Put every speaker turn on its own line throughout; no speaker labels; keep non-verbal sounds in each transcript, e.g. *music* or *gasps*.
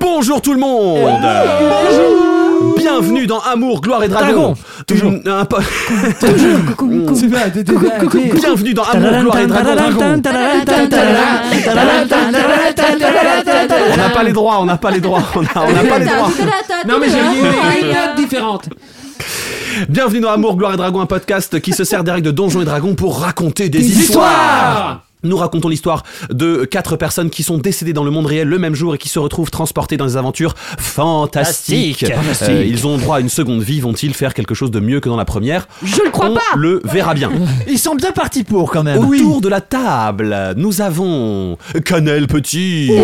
Bonjour tout le monde Bienvenue dans Amour, Gloire et
Dragon.
Dragon
Toujours.
Une- un po-
Mmh.
C'est pas, t'es- t'es- t'es-
Bienvenue dans Amour, Gloire et Dragon On n'a pas les droits, on n'a pas les droits, on n'a on n'a pas les droits
Non mais j'ai mis Hein une note différente.
Bienvenue dans Amour, Gloire et Dragon, un podcast qui se sert des règles de Donjons et Dragons pour raconter des, histoires Nous racontons l'histoire de quatre personnes qui sont décédées dans le monde réel le même jour et qui se retrouvent transportées dans des aventures fantastiques.
Fantastique.
Euh, ils ont droit à une seconde vie, vont-ils faire quelque chose de mieux que dans la première
Je le crois
On
pas
le verra bien.
Ils sont bien partis pour quand
Oh
même.
Autour de la table, nous avons Canel Petit. Oh,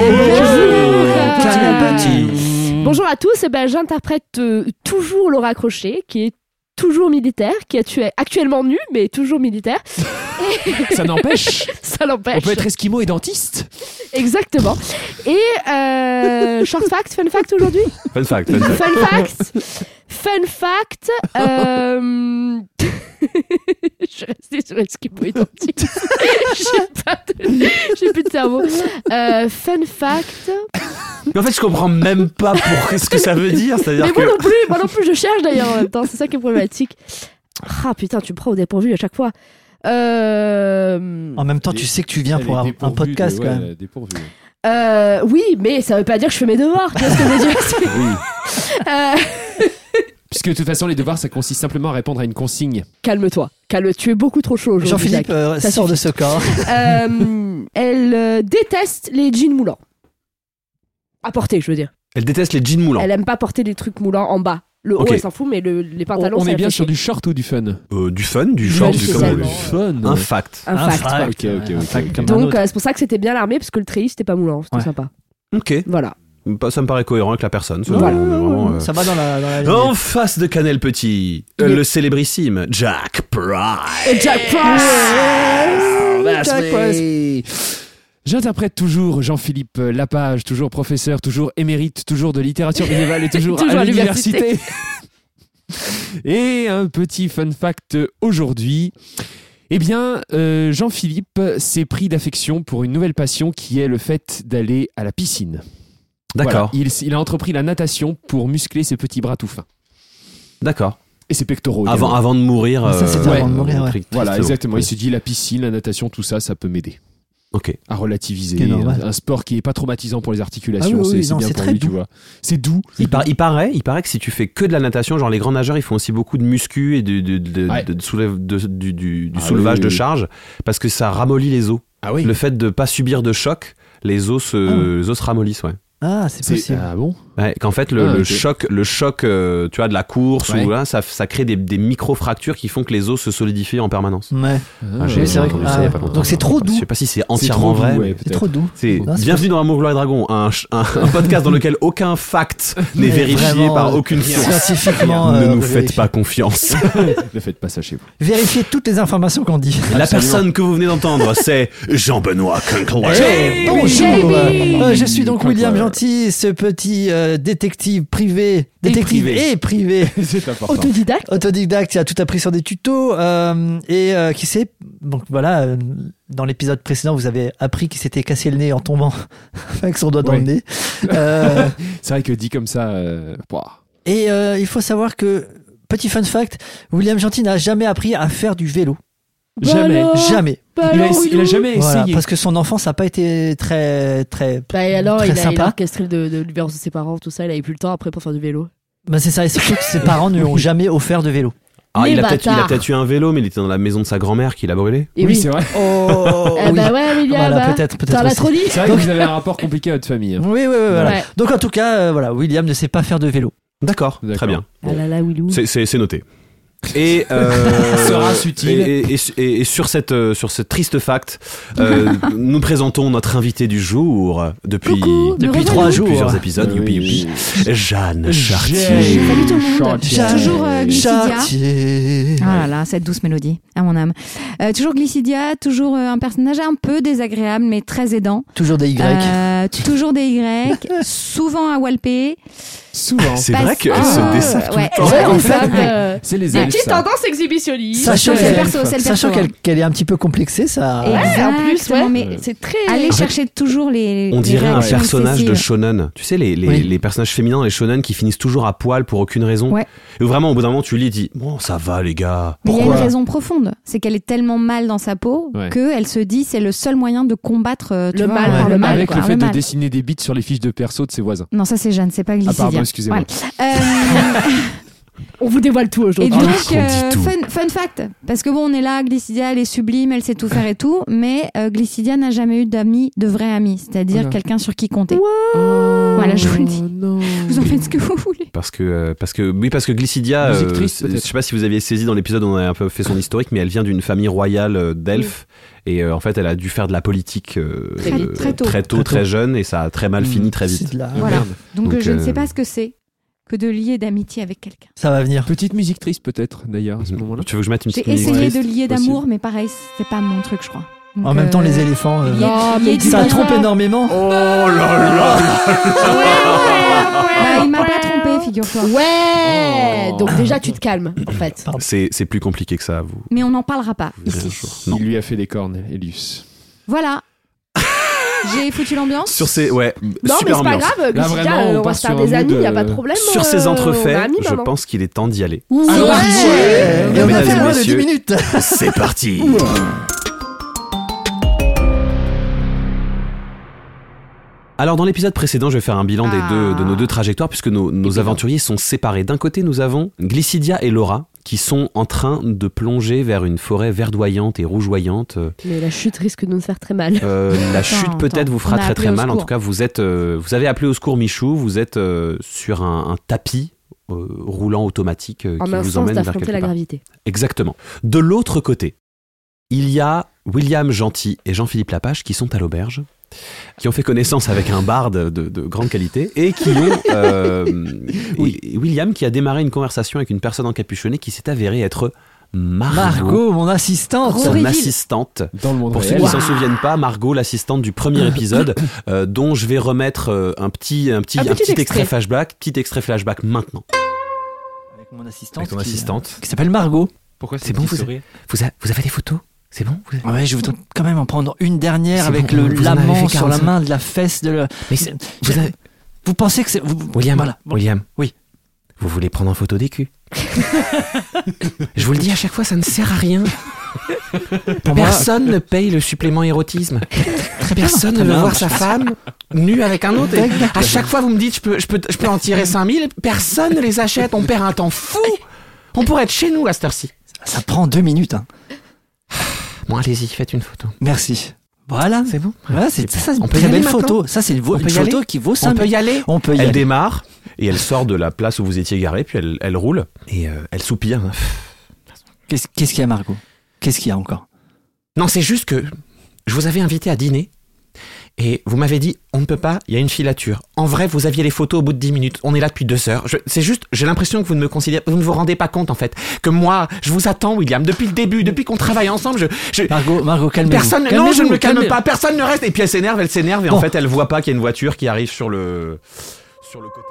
Bonjour à tous, eh ben, j'interprète euh, toujours Laura Crochet, qui est toujours militaire, qui est tu- actuellement nue, mais toujours militaire,
*laughs* Ça n'empêche.
ça
On
l'empêche.
peut être esquimau et dentiste.
Exactement. Et euh, short fact, fun fact aujourd'hui
Fun fact, fun fact.
Fun fact Fun fact euh, *laughs* Je suis restée sur Esquimau identique. *laughs* J'ai pas de- J'ai plus de cerveau. Euh, fun fact.
Mais en fait, je comprends même pas pour *laughs* ce que ça veut dire.
Mais
C'est-à-dire
moi
que
non plus, moi non plus, je cherche d'ailleurs en même temps, c'est ça qui est problématique. Ah putain, tu me prends au dépourvu à chaque fois. Euh...
En même temps, tu sais que tu viens pour un, un podcast quand même.
euh, oui, mais ça veut pas dire que je fais mes devoirs. Qu'est-ce que je veux dire
*laughs*
c'est- Euh,
Puisque de toute façon, les devoirs, ça consiste simplement à répondre à une consigne.
Calme-toi, calme. Tu es beaucoup trop chaud aujourd'hui.
Jean-Philippe
Jacques.
euh,
Ça
sort de ce corps.
Euh, elle euh, déteste les jeans moulants. À porter, je veux dire.
elle déteste les jeans moulants.
Elle aime pas porter les trucs moulants en bas. Le
Ok.
haut, elle s'en fout, mais le- les
On,
pantalons,
on
ça
est
la
bien
fait
sur
chier.
du short ou du fun
Euh, du fun, du
Du
short,
fun,
du
c'est
comme
ça.
on veut.
Du fun
Un fact.
Un fact.
fact.
quoi.
Ok, ok, ok,
Un fact
ok.
comme un
Donc
autre.
euh, c'est pour ça que c'était bien l'armée, parce que le treillis c'était pas moulant, c'était
Ouais.
sympa.
Ok.
Voilà.
Bah, Ça me paraît cohérent avec la personne. ça,
Ouais,
on est vraiment, euh,
Ça va dans la. Dans la lignée.
En face de Canel Petit, euh, le célébrissime Jack Pride.
Et Jack Frost
Jack Price.
J'interprète toujours Jean-Philippe Lapage, toujours professeur, toujours émérite, toujours de littérature médiévale et toujours,
Toujours
à
à
l'université. *laughs* et un petit fun fact aujourd'hui. Eh bien, euh, Jean-Philippe s'est pris d'affection pour une nouvelle passion qui est le fait d'aller à la piscine.
D'accord,
Voilà. Il, s- il a entrepris la natation pour muscler ses petits bras tout fins
d'accord.
et ses pectoraux.
Avant,
également.
avant de mourir.
Ça, c'était
euh,
avant de mourir, ouais.
très- très-
Voilà,
très-
exactement. Il s'est dit la piscine, la natation, tout ça, ça peut m'aider
Ok.
à relativiser.
C'est normal.
Un, un sport qui est pas traumatisant pour les articulations.
Ah oui, oui,
c'est
oui,
c'est
non,
bien
c'est
pour
très
lui, tu
doux.
vois. C'est doux.
Il, par- il paraît, il paraît que si tu fais que de la natation, genre les grands nageurs, ils font aussi beaucoup de muscu et de, de- de-
Ouais.
de- de soulève- de- du, du- du
Ah
soulevage
oui, oui,
de
oui.
charge, parce que ça ramollit les os.
Ah oui.
Le fait de pas subir de choc, les os se,
Ah.
les os se ramollissent, ouais.
Ah, c'est possible.
Ah bon
Ouais, Qu'en fait, le,
Ah,
le
ok.
choc, le choc, euh, tu vois, de la course
Ouais.
ou là, ça, ça crée des, des micro-fractures qui font que les os se solidifient en permanence.
Ouais.
Ah,
J'ai
oui, c'est vrai
entendu
que-
ça il y a pas
ah,
longtemps.
donc c'est trop doux.
Je sais pas si c'est
C'est
entièrement
trop
vrai.
doux,
mais-
ouais,
C'est
peut-être.
trop doux.
C'est
Ah, c'est
Bienvenue dans Amour Gloire et Dragon, un, ch- un- un podcast dans lequel aucun
*laughs*
fact n'est
Mais
vérifié
vraiment,
par
euh,
aucune source.
Scientifiquement.
ne
euh,
nous
vous
faites
vérifiez.
pas confiance.
ne faites pas ça
*laughs*
chez vous.
Vérifiez toutes les informations qu'on dit.
La personne que vous venez d'entendre, c'est Jean-Benoît Quinclin.
Hey, bonjour.
Jamie.
Euh, je suis donc William
Claire.
Gentil, ce petit euh, détective privé, détective
privé.
et privé,
c'est important.
Autodidacte
autodidacte qui a tout appris sur des tutos euh, et euh, qui s'est donc voilà euh, dans l'épisode précédent vous avez appris qu'il s'était cassé le nez en tombant *laughs* avec son doigt dans
Ouais.
le nez. Euh,
C'est vrai que dit comme ça. euh, pouah.
et euh, il faut savoir que petit fun fact, William Gentil n'a jamais appris à faire du vélo,
Jamais.
Bah alors,
jamais.
bah
Il a,
alors,
il a
Wilou.
jamais
Ah Voilà,
essayé.
parce que son enfance n'a pas été très très
Bah et alors,
Très
il a, il
sympa.
a orchestré de, de l'humeur de ses parents, tout ça, il avait plus le temps après pour faire du vélo.
bah c'est ça et surtout que ses parents ne lui ont jamais offert de vélo.
Ah,
Les
il a peut-être il a
bâtards.
peut-être eu un vélo, mais il était dans la maison de sa grand-mère qui l'a brûlé.
Et
oui, c'est vrai.
Oh,
Eh
Ah
ben,
bah ouais, William,
Voilà,
bah,
peut-être, peut-être
t'en as
aussi.
trop dit
C'est vrai que vous avez un rapport compliqué à votre famille. hein.
Oui, oui, oui, voilà.
Ouais.
Donc en tout cas, euh, voilà, William ne sait pas faire de vélo.
D'accord,
D'accord.
très bien.
Ah là là, Willou.
C'est- C'est c'est noté. Et, euh,
Sera subtil.
et, et- et- et sur cette euh, sur ce triste fact,
*laughs*
euh, nous présentons notre invité du jour depuis
Coucou, nous
depuis
revoilà.
trois jours, plusieurs
Ouais.
épisodes. youpi, youpi. Jeanne Chartier.
J'ai-
Salut tout le monde.
Chartier.
Jeanne
Toujours euh, Glycidia.
Chartier.
Ah là là, cette douce mélodie, à mon âme. Euh, toujours Glycidia, toujours euh, un personnage un peu désagréable, mais très aidant.
Toujours des Y.
Euh, Euh, toujours des Y, souvent à Walpé.
Souvent.
C'est
parce
vrai qu'elle
que-
se dessave tout
Ouais,
le temps.
ouais,
en
c'est ça.
fait, euh,
C'est les
Ah,
une
elfes.
petite
ça.
tendance exhibitionniste.
Sachant
C'est
qu'elle-
le perso, c'est le perso.
Sachant
hein.
qu'elle qu'elle est un petit peu complexée, ça.
Ouais,
Ah,
en plus, ouais.
Exactement,
Euh,
mais
C'est très.
allez
fait,
chercher toujours les.
On
les
dirait un
réactions
personnage de
excessives.
shonen. Tu sais, les, les,
Oui.
les personnages féminins dans les shonen qui finissent toujours à poil pour aucune raison.
Ouais.
Et vraiment, au bout d'un moment, tu lis et dis Bon, ça va, les gars.
Mais il y a une
Pourquoi
raison profonde, c'est qu'elle est tellement mal dans sa peau
Ouais.
qu'elle se dit c'est le seul moyen de combattre euh, tu
Le
vois,
mal,
par
ouais.
le mal.
Avec
quoi,
le fait de
mal.
dessiner des bits sur les fiches de perso de ses voisins.
Non, ça c'est Jeanne, c'est pas
Ah
Glycidia.
pardon, excusez-moi.
*laughs* Voilà. Euh,
On vous dévoile tout
et
aujourd'hui.
donc,
on
euh,
dit tout.
fun, fun fact, parce que bon, on est là, Glycidia, elle est sublime, elle sait tout faire et tout, mais euh, Glycidia n'a jamais eu d'amis, de vrais amis, c'est-à-dire
Voilà.
quelqu'un sur qui compter. Voilà, je vous le dis. Vous en faites ce que vous voulez.
Parce que, euh, parce que, oui, parce que Glycidia,
Musique
euh,
triste,
c'est- je
peut-être.
sais pas si vous aviez saisi dans l'épisode, on a un peu fait son historique, mais elle vient d'une famille royale euh, d'elfes. Et euh, en fait, elle a dû faire de la politique euh,
Très vite.
euh,
Très tôt.
très
Très tôt.
jeune, et ça a très mal
Mm.
fini très
C'est
vite.
de la-
Voilà.
Merde.
Donc,
Donc,
euh, je ne
euh,
sais pas ce que c'est que de lier d'amitié avec quelqu'un.
Ça va venir.
Petite musique triste peut-être d'ailleurs à ce moment-là.
Tu veux que je mette une petite
J'ai
musique
essayé de
triste
lier
possible.
d'amour, mais pareil, c'est pas mon truc, je crois. Donc,
En même temps,
euh,
les éléphants, euh,
il y a-
Ah, Non,
il y a
mais
du
dis
ça
bien.
trompe énormément.
Oh là là
Bah, il m'a pas trompé, figure-toi.
Ouais.
Oh.
Donc déjà, tu te calmes, en fait.
C'est c'est plus compliqué que ça, vous.
Mais on n'en parlera pas
vous verrez un
ici.
jour. Non.
Il lui a fait des cornes, Elius.
*laughs* Voilà. J'ai foutu l'ambiance.
Sur ces. Ouais,
Non, mais
super
c'est pas
ambiance.
grave.
Là,
Glycidia,
vraiment,
euh, on
on
va
part
se faire
sur un
des amis,
mood,
il n'y a
euh,
pas de problème.
Sur ces
euh, on est
entrefaits,
amis,
je
maintenant.
pense qu'il est temps d'y aller.
Ouais.
Alors,
Ah, Ouais.
Et on a
Mesdames
fait
et
moins de
messieurs.
10 minutes.
*laughs* C'est parti Alors dans l'épisode précédent, je vais faire un bilan des
Ah.
deux, de nos deux trajectoires puisque nos, nos aventuriers sont séparés. D'un côté, nous avons Glycidia et Laura qui sont en train de plonger vers une forêt verdoyante et rougeoyante.
Mais la chute risque de nous faire très mal.
Euh, la
Attends,
chute
attends.
peut-être vous fera
On a
très
appelé
très
au
mal. En
secours.
tout cas, vous êtes, euh, vous avez appelé au secours Michou. Vous êtes euh, sur un, un tapis euh, roulant automatique euh,
En
qui
un
vous
sens
emmène vers quelque
d'affronter la
part.
gravité.
Exactement. De l'autre côté, il y a William Gentil et Jean-Philippe Lapage qui sont à l'auberge, qui ont fait connaissance avec un barde de, de grande qualité et qui ont. euh, *laughs* et- et William qui a démarré une conversation avec une personne encapuchonnée qui s'est avérée être Margot,
Margot, mon assistante.
Gros
son
reveal.
assistante.
Dans le monde
Pour ceux
réel.
qui s'en souviennent pas, Margot, l'assistante du *coughs* premier épisode, euh, dont je vais remettre euh, un petit, un petit,
Un petit
extrait.
extrait.
flashback, petit extrait flashback maintenant.
Avec mon assistante.
Avec ton
qui-
assistante.
Qui s'appelle Margot.
Pourquoi ce
hein. C'est bon,
petit
vous-
sourire
Vous, a- vous avez des photos C'est bon Vous avez-
Ah Ouais, je voudrais quand même en prendre une dernière
C'est
avec
bon,
le
vous en avez
l'amant
fait
sur la
45.
main de la fesse de. le-
Mais c'est- vous avez-
Vous pensez que c'est. vous-
William,
Voilà.
William.
Oui.
Vous voulez prendre en photo des *laughs* culs Je vous le dis à chaque fois, ça ne sert à rien.
Pour moi,
Personne ne paye le supplément érotisme. Personne ne
Très
veut
bien.
voir sa femme nue avec un autre. Et à chaque fois, vous me dites, je peux, je peux, je peux en tirer 5000. Personne ne les achète. On perd un temps fou. On pourrait être chez nous à cette heure-ci.
ça prend deux minutes. hein.
Bon, allez-y, faites une photo.
Merci. Voilà.
C'est bon
Voilà, c'est ça, c'est
On
une
peut y
très
aller
belle
maintenant
photo. Ça, c'est une, vo-
On peut
une
y aller
photo qui vaut 5
y aller
On peut y
Elle
aller.
démarre et elle sort de la place où vous étiez garé, puis elle, elle roule et euh, elle soupire.
Qu'est-ce qu'est-ce qu'il y a, Margot Qu'est-ce qu'il y a encore
Non, c'est juste que je vous avais invité à dîner et vous m'avez dit on ne peut pas, il y a une filature. En vrai, vous aviez les photos au bout de 10 minutes. On est là depuis deux heures. Je- C'est juste, j'ai l'impression que vous ne me considérez, vous ne vous rendez pas compte en fait que moi, je vous attends, William, depuis le début, depuis qu'on travaille ensemble. Je, je-
Margot, Margot, calmez-vous.
personne, non,
Calmez-vous,
je ne me calme
calmez-
pas. Personne ne reste. Et puis elle s'énerve, elle s'énerve et en
Bon.
fait, elle voit pas qu'il y a une voiture qui arrive sur le sur le côté.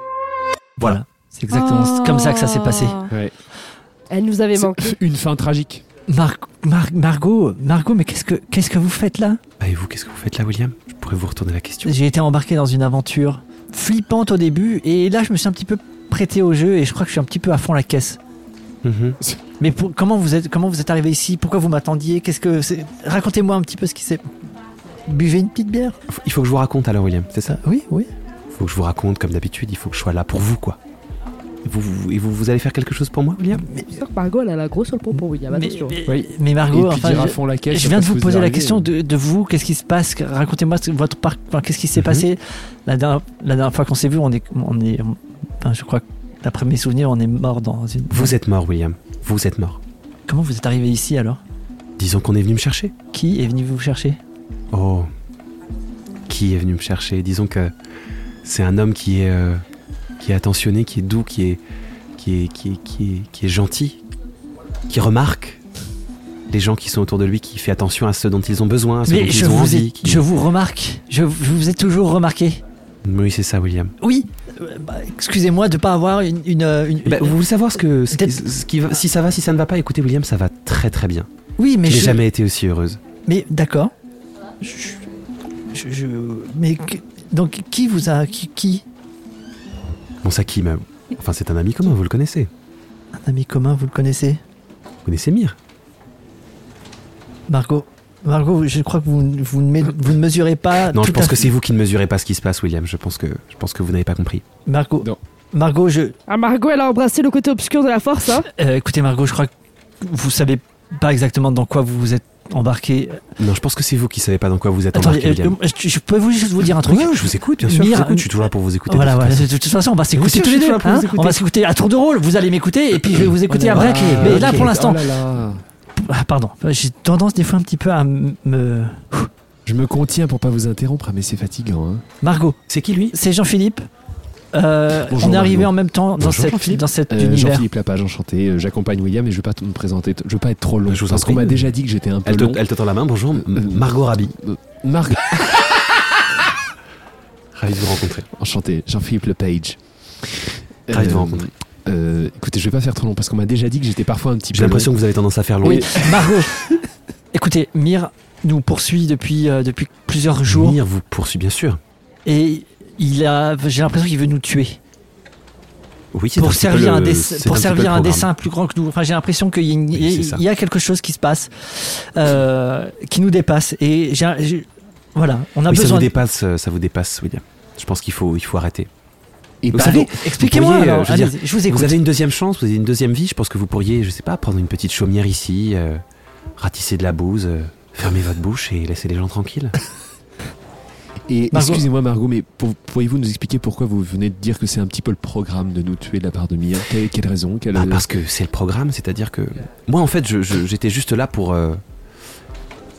Voilà. C'est exactement
Oh.
comme ça que ça s'est passé.
Ouais.
Elle nous avait manqué.
*laughs*
Une fin tragique.
Mar- Mar- Margot, Margot, mais qu'est-ce que qu'est-ce que vous faites là
et vous, qu'est-ce que vous faites là, William Je pourrais vous retourner la question.
J'ai été embarqué dans une aventure flippante au début et là je me suis un petit peu prêté au jeu et je crois que je suis un petit peu à fond la caisse.
Mm-hmm.
Mais pour- comment vous êtes comment vous êtes arrivé ici Pourquoi vous m'attendiez Qu'est-ce que c'est Racontez-moi un petit peu ce qui s'est. Buvez une petite bière.
Il faut que je vous raconte alors, William. C'est ça
Oui, oui.
faut que je vous raconte comme d'habitude, il faut que je sois là pour vous quoi. Et vous, vous- et vous, vous allez faire quelque chose pour moi, William
C'est sûr que Margot, elle a la grosse sur le propos,
ah, bah,
William.
mais,
Ah bah, Attention.
mais-
Oui.
mais
et
Margot,
puis
enfin,
dire à
je,
fond la caisse.
je viens de
parce que
vous poser la
arrivez.
question de, de vous. Qu'est-ce qui se passe Racontez-moi ce- votre parcours. enfin, qu'est-ce qui s'est passé la dernière, la dernière fois qu'on s'est vu On est on est. enfin, je crois que d'après mes souvenirs, on est mort dans une.
Vous êtes mort, William. Vous êtes mort.
Comment vous êtes arrivé ici alors
Disons qu'on est venu me chercher.
Qui est venu vous chercher
Oh. Qui est venu me chercher Disons que c'est un homme qui est, euh, qui est attentionné, qui est doux, qui est, qui est, qui est, qui est, qui est gentil, qui remarque, les gens qui sont autour de lui, qui fait attention à ce dont ils ont besoin, à ce dont
Mais je
ils ont
vous, ai-
envie. qui-
je vous remarque, je, je vous ai toujours remarqué.
Oui, c'est ça, William.
Oui, euh, bah, excusez-moi de pas avoir une. une, euh, une-
Bah,
une-
vous voulez savoir ce que, ce qui-
Peut-être-
ce qui va- si ça va, si ça ne va pas Écoutez, William, ça va très très bien.
oui, mais
J'ai
je-
jamais été aussi heureuse.
Mais d'accord. Je- je- je- mais que- donc qui vous a qui, qui
Bon, ça qui m'a- Enfin, c'est un ami commun, vous le connaissez.
un ami commun vous le connaissez
Vous connaissez Mire.
Margot. Margot, je crois que vous, vous, ne, me- vous ne mesurez pas.
Non, je
Ah, tout à
pense que
fait-
c'est vous qui ne mesurez pas ce qui se passe, William. Je pense que, je pense que vous n'avez pas compris.
Margot.
Non.
Margot, je.
Ah, Margot, elle a embrassé le côté obscur de la force, hein.
euh, écoutez, Margot, je crois que vous savez pas exactement dans quoi vous vous êtes embarqué.
Non, je pense que c'est vous qui savez pas dans quoi vous êtes
Attendez,
embarqué,
euh,
William.
euh, je, je peux vous juste vous dire un truc.
Oui, oui, je vous écoute, bien sûr. je
Mire-
vous écoute, je suis toujours là pour vous écouter. de
Voilà,
toute
voilà.
façon.
De toute façon, on va
Vous aussi,
s'écouter tous
je
les
suis
deux.
là pour
hein.
vous écouter. Ah,
on va s'écouter à tour de rôle. Vous allez m'écouter et puis je vais
Oh
vous écouter après. Mais là, pour l'instant, Ah, pardon. J'ai tendance des fois un petit peu à m- me.
Je me contiens pour pas vous interrompre, ah, mais c'est fatigant. hein.
Margot,
C'est qui lui
c'est Jean-Philippe. Euh,
Bonjour,
on est arrivé
Margot.
en même temps dans
Bonjour,
cette,
Jean-Philippe.
dans cet
Euh,
univers.
Jean-Philippe Lapage, enchanté. euh, J'accompagne William et je veux pas t- me présenter. t- Je veux pas être trop long.
Je vous en
parce qu'on
prie.
m'a déjà dit que j'étais un peu
elle te,
long.
elle te tend la main, bonjour.
Euh,
M- Margot Rabi.
Marc,
Ravi de vous rencontrer.
enchanté. Jean-Philippe Lepage.
Ravi de vous rencontrer.
euh, écoutez, je vais pas faire trop long parce qu'on m'a déjà dit que j'étais parfois un petit peu.
J'ai l'impression que vous avez tendance à faire long.
Oui, *laughs* Margot. Écoutez, Mire nous poursuit depuis, euh, depuis plusieurs jours
Mire vous poursuit, bien sûr.
et il a, j'ai l'impression qu'il veut nous tuer
Oui, c'est un
pour
petit peu
servir
le-
un, dess-
c'est
pour
un petit peu le
servir un
programme.
dessin plus grand que nous. Enfin, j'ai l'impression qu'il y, a une-
Oui,
il y a-
c'est ça.
il y a quelque chose qui se passe euh, qui nous dépasse et j'ai, j'ai- voilà, on a
Oui, ça vous
besoin. de-
dépasse, euh, ça vous dépasse, William. Je pense qu'il faut, il faut arrêter.
Et
Vous
pardon,
savez,
Bah, Expliquez-moi.
pourriez, euh,
alors,
je veux dire,
allez-y, je vous écoute.
Vous avez une deuxième chance, vous avez une deuxième vie. Je pense que vous pourriez, je sais pas, prendre une petite chaumière ici, euh, ratisser de la bouse, euh, fermer votre bouche et laisser les gens tranquilles.
et
Margot.
excusez-moi Margot, mais pour- pourriez-vous nous expliquer pourquoi vous venez de dire que c'est un petit peu le programme de nous tuer de la part de Mire quelle, quelle raison quelle-
Ah,
Bah, parce que c'est le programme, c'est-à-dire que moi en fait je- je- j'étais juste là pour euh,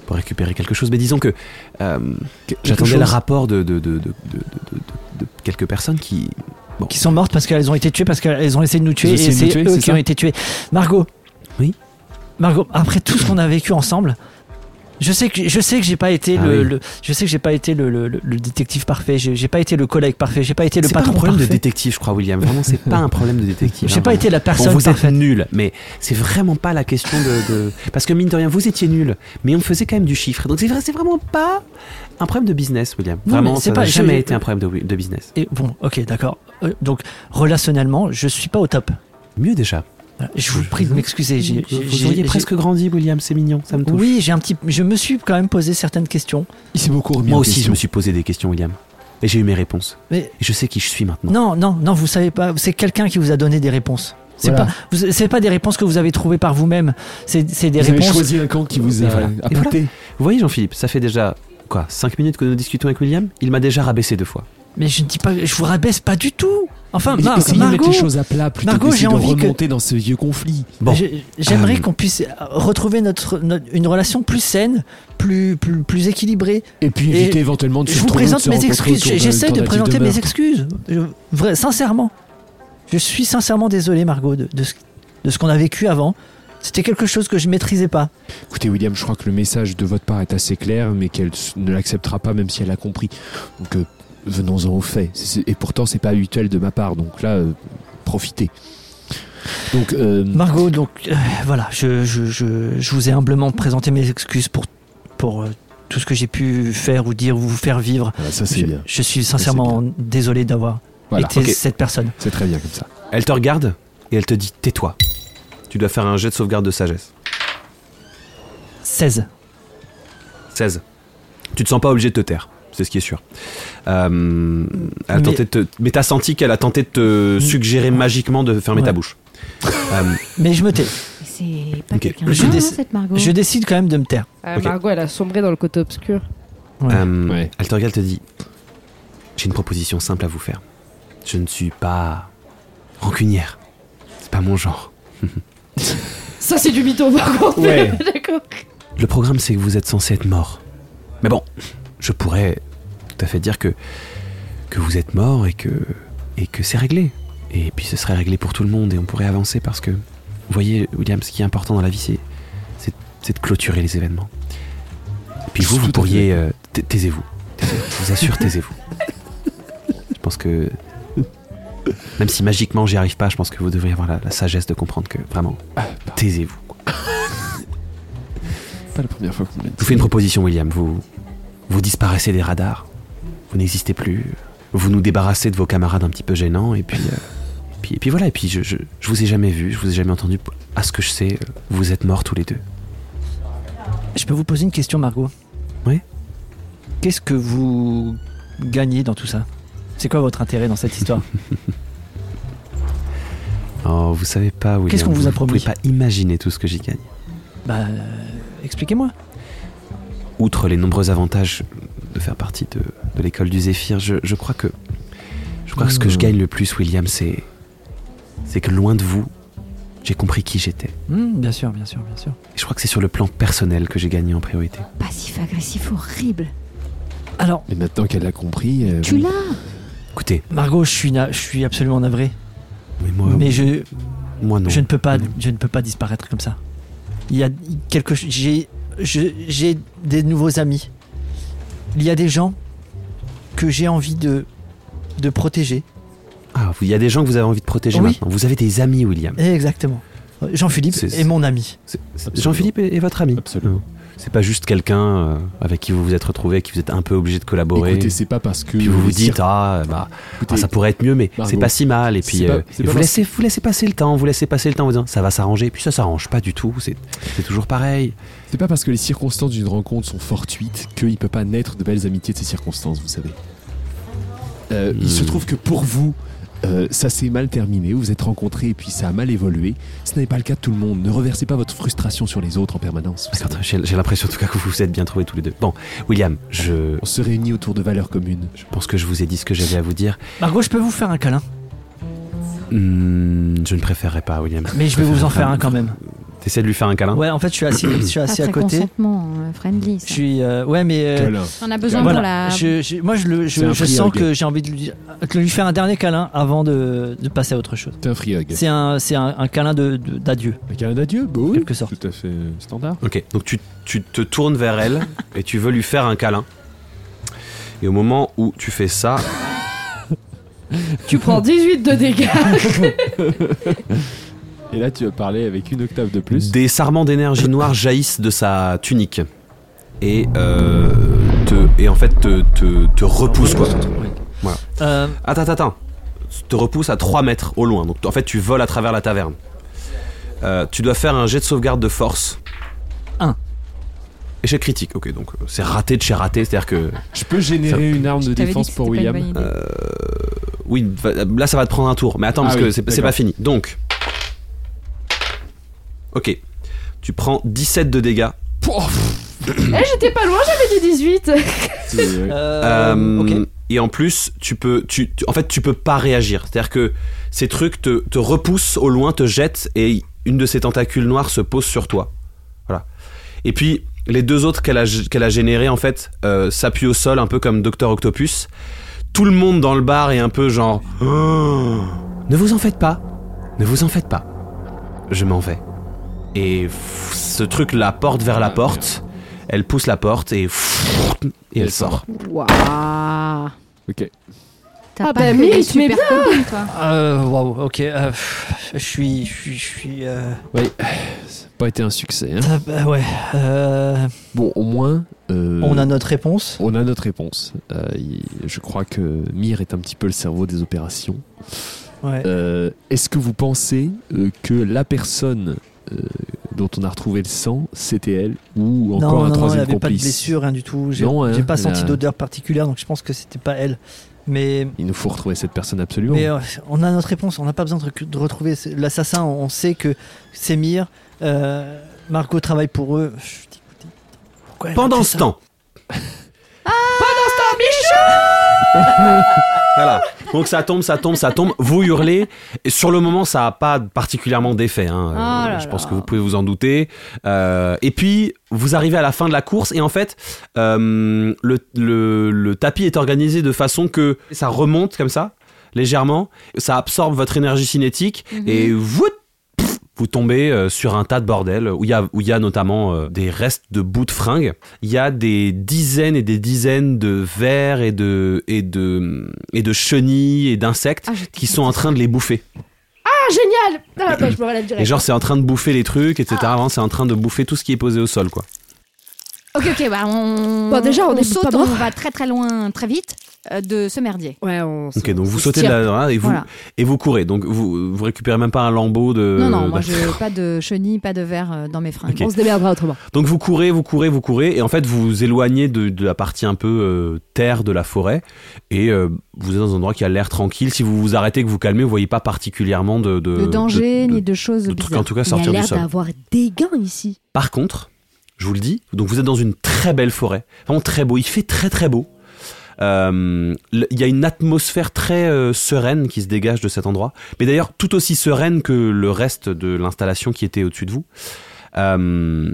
pour récupérer quelque chose, mais disons que euh,
que-
j'attendais
quelque
le
chose-
rapport de de, de, de, de- de- de- de quelques personnes qui
qui sont mortes parce qu'elles ont été tuées, parce qu'elles ont essayé de nous tuer,
Ils ont essayé
et
de nous
c'est
tuer,
eux
c'est
qui
ça
ont été tués. Margot.
Oui
Margot, après tout ce qu'on a vécu ensemble, je sais que je sais que j'ai pas été
Ah
le,
oui.
le- je sais que j'ai pas été le, le- le- le détective parfait, j'ai j'ai pas été le collègue parfait, j'ai pas été le
c'est pas un
patron
problème de
parfait,
détective, je crois William. Vraiment c'est pas un problème de détective.
j'ai
hein,
pas
vraiment.
été la
Bon,
personne
vous êtes
parfaite.
nul, mais c'est vraiment pas la question de, de- Parce que mine de rien, vous étiez nul, mais on faisait quand même du chiffre. Donc c'est vrai, c'est vraiment pas un problème de business, William.
Non,
Vraiment,
mais c'est
ça
pas-
n'a jamais
je-
été un problème de, de business.
Et bon, ok, d'accord. Euh, Donc relationnellement, je suis pas au top.
Mieux déjà.
Voilà, Je vous prie de m'excuser. j'ai- j'ai-
Vous
j'ai-
auriez
j'ai-
presque grandi, William, c'est mignon, ça me touche.
Oui, j'ai un petit, je me suis quand même posé certaines questions.
Il s'est beaucoup remis
Moi
en
aussi, je
question.
me suis posé des questions, William. Et j'ai eu mes réponses.
Mais
Et je sais qui je suis maintenant.
Non, non, non, vous savez pas. C'est quelqu'un qui vous a donné des réponses. C'est
Voilà.
pas, vous- c'est pas des réponses que vous avez trouvées par vous-même. C'est, c'est des
Vous avez
réponses.
choisi un camp qui vous a
Et voilà. Et voilà.
apporté.
Vous voyez, Jean-Philippe, ça fait déjà. Quoi 5 minutes que nous discutons avec William Il m'a déjà rabaissé deux fois.
Mais je ne dis pas, je vous rabaisse pas du tout. Enfin,
Mais
Mar-
essayez de mettre
Margot,
les choses à plat plutôt
Margot,
que d'essayer
j'ai
de
envie que-
remonter dans ce vieux conflit.
Bon.
je- j'aimerais
Euh.
qu'on puisse retrouver notre, notre- une relation plus saine, plus, plus, plus équilibrée.
Et puis
Et
éviter éventuellement de se
je vous
retrouver, de
présente
se
mes
rencontrer
excuses.
autour d'un-
J'essaie de
tentative
présenter
meurtre.
mes excuses. Je- vrai- sincèrement, je suis sincèrement désolé, Margot, de, de ce, de ce qu'on a vécu avant. C'était quelque chose que je maîtrisais pas.
Écoutez, William, je crois que le message de votre part est assez clair, mais qu'elle s- ne l'acceptera pas, même si elle a compris. Donc, euh, venons-en aux faits. C'est- c'est- Et pourtant, c'est pas habituel de ma part. Donc là, euh, profitez. Donc, euh,
Margot, donc euh, voilà, je, je, je, je vous ai humblement présenté mes excuses pour, pour euh, tout ce que j'ai pu faire ou dire ou vous faire vivre.
voilà, ça c'est
Je,
bien.
je suis sincèrement désolé d'avoir
Voilà,
été
ok.
cette personne.
c'est très bien comme ça.
Elle te regarde et elle te dit Tais-toi. Tu dois faire un jet de sauvegarde de sagesse.
16.
16. Tu te sens pas obligé de te taire, c'est ce qui est sûr. Euh, elle a
Mais-
tenté de te- mais t'as senti qu'elle a tenté de te suggérer magiquement de fermer
Ouais.
ta bouche. Euh,
Mais je me tais.
C'est pas
Ok.
quelqu'un
Je
de bien,
dé-
hein, cette Margot.
Je décide quand même de me taire.
Ah,
Ok.
Margot, elle a sombré dans le côté obscur.
Ouais.
euh,
Ouais.
Elle te regarde et te dit J'ai une proposition simple à vous faire. Je ne suis pas rancunière. C'est pas mon genre.
Ça, c'est du mytho, par contre.
Ouais.
*laughs* D'accord.
Le programme, c'est que vous êtes censé être mort. Mais bon, je pourrais tout à fait dire que, que vous êtes mort et que, et que c'est réglé. Et puis ce serait réglé pour tout le monde et on pourrait avancer parce que, vous voyez, William, ce qui est important dans la vie, c'est, c'est c'est de clôturer les événements. Et puis vous,
Tout
vous
à
pourriez. euh, ta- taisez-vous. Je vous assure, taisez-vous. Je pense que. Même si magiquement j'y arrive pas, je pense que vous devriez avoir la, la sagesse de comprendre que vraiment,
Ah,
taisez-vous.
Pas bah, la première fois qu'on me l'a dit.
Je vous fais une proposition, William. Vous, vous disparaissez des radars. Vous n'existez plus. Vous nous débarrassez de vos camarades un petit peu gênants. Et puis, euh, et puis, et puis voilà. Et puis, je, je, je vous ai jamais vu. Je vous ai jamais entendu. À ce que je sais, euh, vous êtes morts tous les deux.
Je peux vous poser une question, Margot
Oui.
Qu'est-ce que vous gagnez dans tout ça C'est quoi votre intérêt dans cette
*laughs*
histoire
Oh, vous savez pas, William.
Qu'est-ce qu'on vous a
pouvez
promis
pas imaginer tout ce que j'y gagne.
Bah, euh, expliquez-moi.
Outre les nombreux avantages de faire partie de, de l'école du Zéphyr, je, je crois que. Je crois que ce
Euh.
que je gagne le plus, William, c'est. C'est que loin de vous, j'ai compris qui j'étais.
Hmm, bien sûr, bien sûr, bien sûr.
Et je crois que c'est sur le plan personnel que j'ai gagné en priorité.
Passif-agressif horrible.
Alors,
Mais maintenant qu'elle l'a compris, euh,
Tu
bon,
l'as
Écoutez,
Margot, je suis, na- je suis absolument navré,
mais moi,
mais je,
moi non.
je ne peux pas,
Non.
je ne peux pas disparaître comme ça. Il y a quelque chose. J'ai, je- j'ai des nouveaux amis. Il y a des gens que j'ai envie de, de protéger.
Ah, vous- il y a des gens que vous avez envie de protéger
Oui.
maintenant. Vous avez des amis, William.
Exactement. Jean-Philippe
C'est-
est mon ami.
C'est- c'est-
Absolument.
Jean-Philippe est, est votre ami. Hein.
Absolument.
C'est pas juste quelqu'un euh, avec qui vous vous êtes retrouvé, qui vous êtes un peu obligé de collaborer.
écoutez, c'est pas parce que.
puis vous vous
les
dites, ah, bah,
cir- écoutez,
ah, ça pourrait être mieux, mais
Margot,
c'est pas si mal. Et puis,
c'est pas-
euh,
c'est
et
pas
vous,
parce-
laissez, vous laissez passer le temps, vous laissez passer le temps en vous disant, ça va s'arranger. Puis ça s'arrange pas du tout, c'est c'est toujours pareil.
c'est pas parce que les circonstances d'une rencontre sont fortuites qu'il peut pas naître de belles amitiés de ces circonstances, vous savez. Euh,
Hmm.
Il se trouve que pour vous, euh, ça s'est mal terminé, vous vous êtes rencontrés et puis ça a mal évolué. Ce n'est pas le cas de tout le monde. Ne reversez pas votre frustration sur les autres en permanence. vous savez.
D'accord, J'ai j'ai l'impression en tout cas que vous vous êtes bien trouvés tous les deux. Bon, William, je,
On se réunit autour de valeurs communes.
je pense que je vous ai dit ce que j'avais à vous dire.
Margot, je peux vous faire un câlin,
Hmm, je ne préférerais pas, William.
mais je vais vous en faire
câlin.
un quand même.
T'essaies de lui faire un câlin
Ouais, en fait, je suis assis, je suis
Pas
assis à
Ah, très
côté.
consentement, euh, friendly.
Je
Ça.
suis, euh, ouais, mais euh,
Câlin.
On a besoin
Voilà,
pour la.
je, je- moi je, le,
C'est
je,
un
je
free
sens
hug.
que j'ai envie de lui, dire- de lui faire un dernier câlin avant de, de passer à autre chose.
C'est un free hug.
C'est un, c'est un, un câlin de- de- d'adieu, de,
Un câlin d'adieu bah oui.
quelque sorte.
Tout à fait euh, standard.
Ok, donc tu, tu te tournes vers elle et tu veux lui faire un câlin. Et au moment où tu fais ça,
Tu prends 18
*laughs*
de dégâts.
Et là, tu vas parler avec une octave de plus.
des sarments d'énergie noire jaillissent de sa tunique et, euh, te, et en fait te, te, te repousse quoi. Voilà.
Euh,
Attends, attends, attends. Te repousse à 3 mètres au loin. Donc en fait tu voles à travers la taverne. Euh, tu dois faire un jet de sauvegarde de force.
Un.
Échec critique, ok, donc euh, c'est raté de chez raté, c'est-à-dire que.
Je peux générer une arme
T'avais
de
dit que
défense
c'était
pour
pas une
William.
bonne idée.
Oui, va- là ça va te prendre un tour. Mais attends,
Ah
parce
oui,
que c'est c'est
d'accord.
pas fini. Donc. Ok. Tu prends 17 de dégâts.
Eh, j'étais pas loin, j'avais dit
*laughs*
18.
C'est, euh,
euh,
Euh,
ok.
Et en plus, tu peux. Tu, tu- en fait, tu peux pas réagir. C'est-à-dire que ces trucs te, te repoussent au loin, te jettent, et une de ces tentacules noires se pose sur toi. Voilà. Et puis, les deux autres qu'elle a, qu'elle a générées, en fait, euh, s'appuient au sol, un peu comme Docteur Octopus. Tout le monde dans le bar est un peu genre. *gasps* Oh, ne vous en faites pas. Ne vous en faites pas. Je m'en vais. Et pff, ce truc la porte vers la porte. Elle pousse la porte et. *laughs* pff, Et elle sort.
Waouh.
Ok.
T'as pas
Ah bah,
une
mérite,
super
mais
copine, toi.
Euh, Waouh, ok. euh, pff, je suis. Je suis. Je suis euh,
Ça n'a pas été un succès. hein.
ah, bah, ouais. euh,
Bon, au moins, euh,
on a notre réponse.
on a notre réponse. Euh, il- je crois que Mir est un petit peu le cerveau des opérations.
Ouais.
Euh, Est-ce que vous pensez euh, que la personne euh, dont on a retrouvé le sang, c'était elle ou
non,
encore
non,
un
non, elle
troisième
avait pas de
complice
blessure, rien du tout. J'ai
Non, hein,
j'ai pas senti
elle a-
d'odeur particulière, donc je pense que c'était pas elle. Mais.
Il nous faut retrouver cette personne absolument.
Mais euh, on a notre réponse, on n'a pas besoin de, rec- de retrouver ce- l'assassin, on sait que c'est Mir, euh, Margot travaille pour eux. Je dis, écoutez, pourquoi elle a
Pendant
fait
ce
ça
temps. Pendant ce temps, Michou Voilà. Donc ça tombe, ça tombe, ça tombe. Vous hurlez. Et sur le moment, ça n'a pas particulièrement d'effet. hein. Euh,
Oh là
je pense
là.
que vous pouvez vous en douter. Euh, et puis, vous arrivez à la fin de la course. Et en fait, euh, le, le- le tapis est organisé de façon que ça remonte comme ça, légèrement. Ça absorbe votre énergie cinétique.
Mhm.
Et vous vous tombez euh, sur un tas de bordel où il y a, où il y a notamment euh, des restes de bouts de fringues. Il y a des dizaines et des dizaines de vers et de, et de, et de chenilles et d'insectes
Ah, je
qui sont en train de les bouffer.
Ah, génial Dans la poche, je me relève
Et
direct.
genre, c'est en train de bouffer les trucs, etc.
Ah.
Vraiment, c'est en train de bouffer tout ce qui est posé au sol, quoi.
Ok, ok, bah on.
Bon, déjà, on est
saute,
pas
on
mort.
va très très loin, très vite euh, de ce merdier.
Ouais, on s-
Ok, donc
on
vous
se
sautez de
tire.
là là, et vous,
Voilà.
et vous courez. Donc vous, vous récupérez même pas un lambeau de.
non, non, moi
de-
je pas de chenille, pas de verre euh, dans mes fringues.
euh, bah, Ok.
On se démerdera autrement.
Donc vous courez, vous courez, vous courez, et en fait vous vous éloignez de, de la partie un peu euh, terre de la forêt, et euh, vous êtes dans un endroit qui a l'air tranquille. Si vous vous arrêtez, que vous calmez, vous voyez pas particulièrement de, de-
de danger
Euh, de- de-
ni de choses
de trucs,
bizarres.
en tout cas
Il y a
sortir du
l'air
sol.
d'avoir des gains ici.
Par contre, je vous le dis, donc vous êtes dans une très belle forêt, vraiment très beau. Il fait très très beau. Euh, le- Il y a une atmosphère très euh, sereine qui se dégage de cet endroit, mais d'ailleurs tout aussi sereine que le reste de l'installation qui était au-dessus de vous. Euh,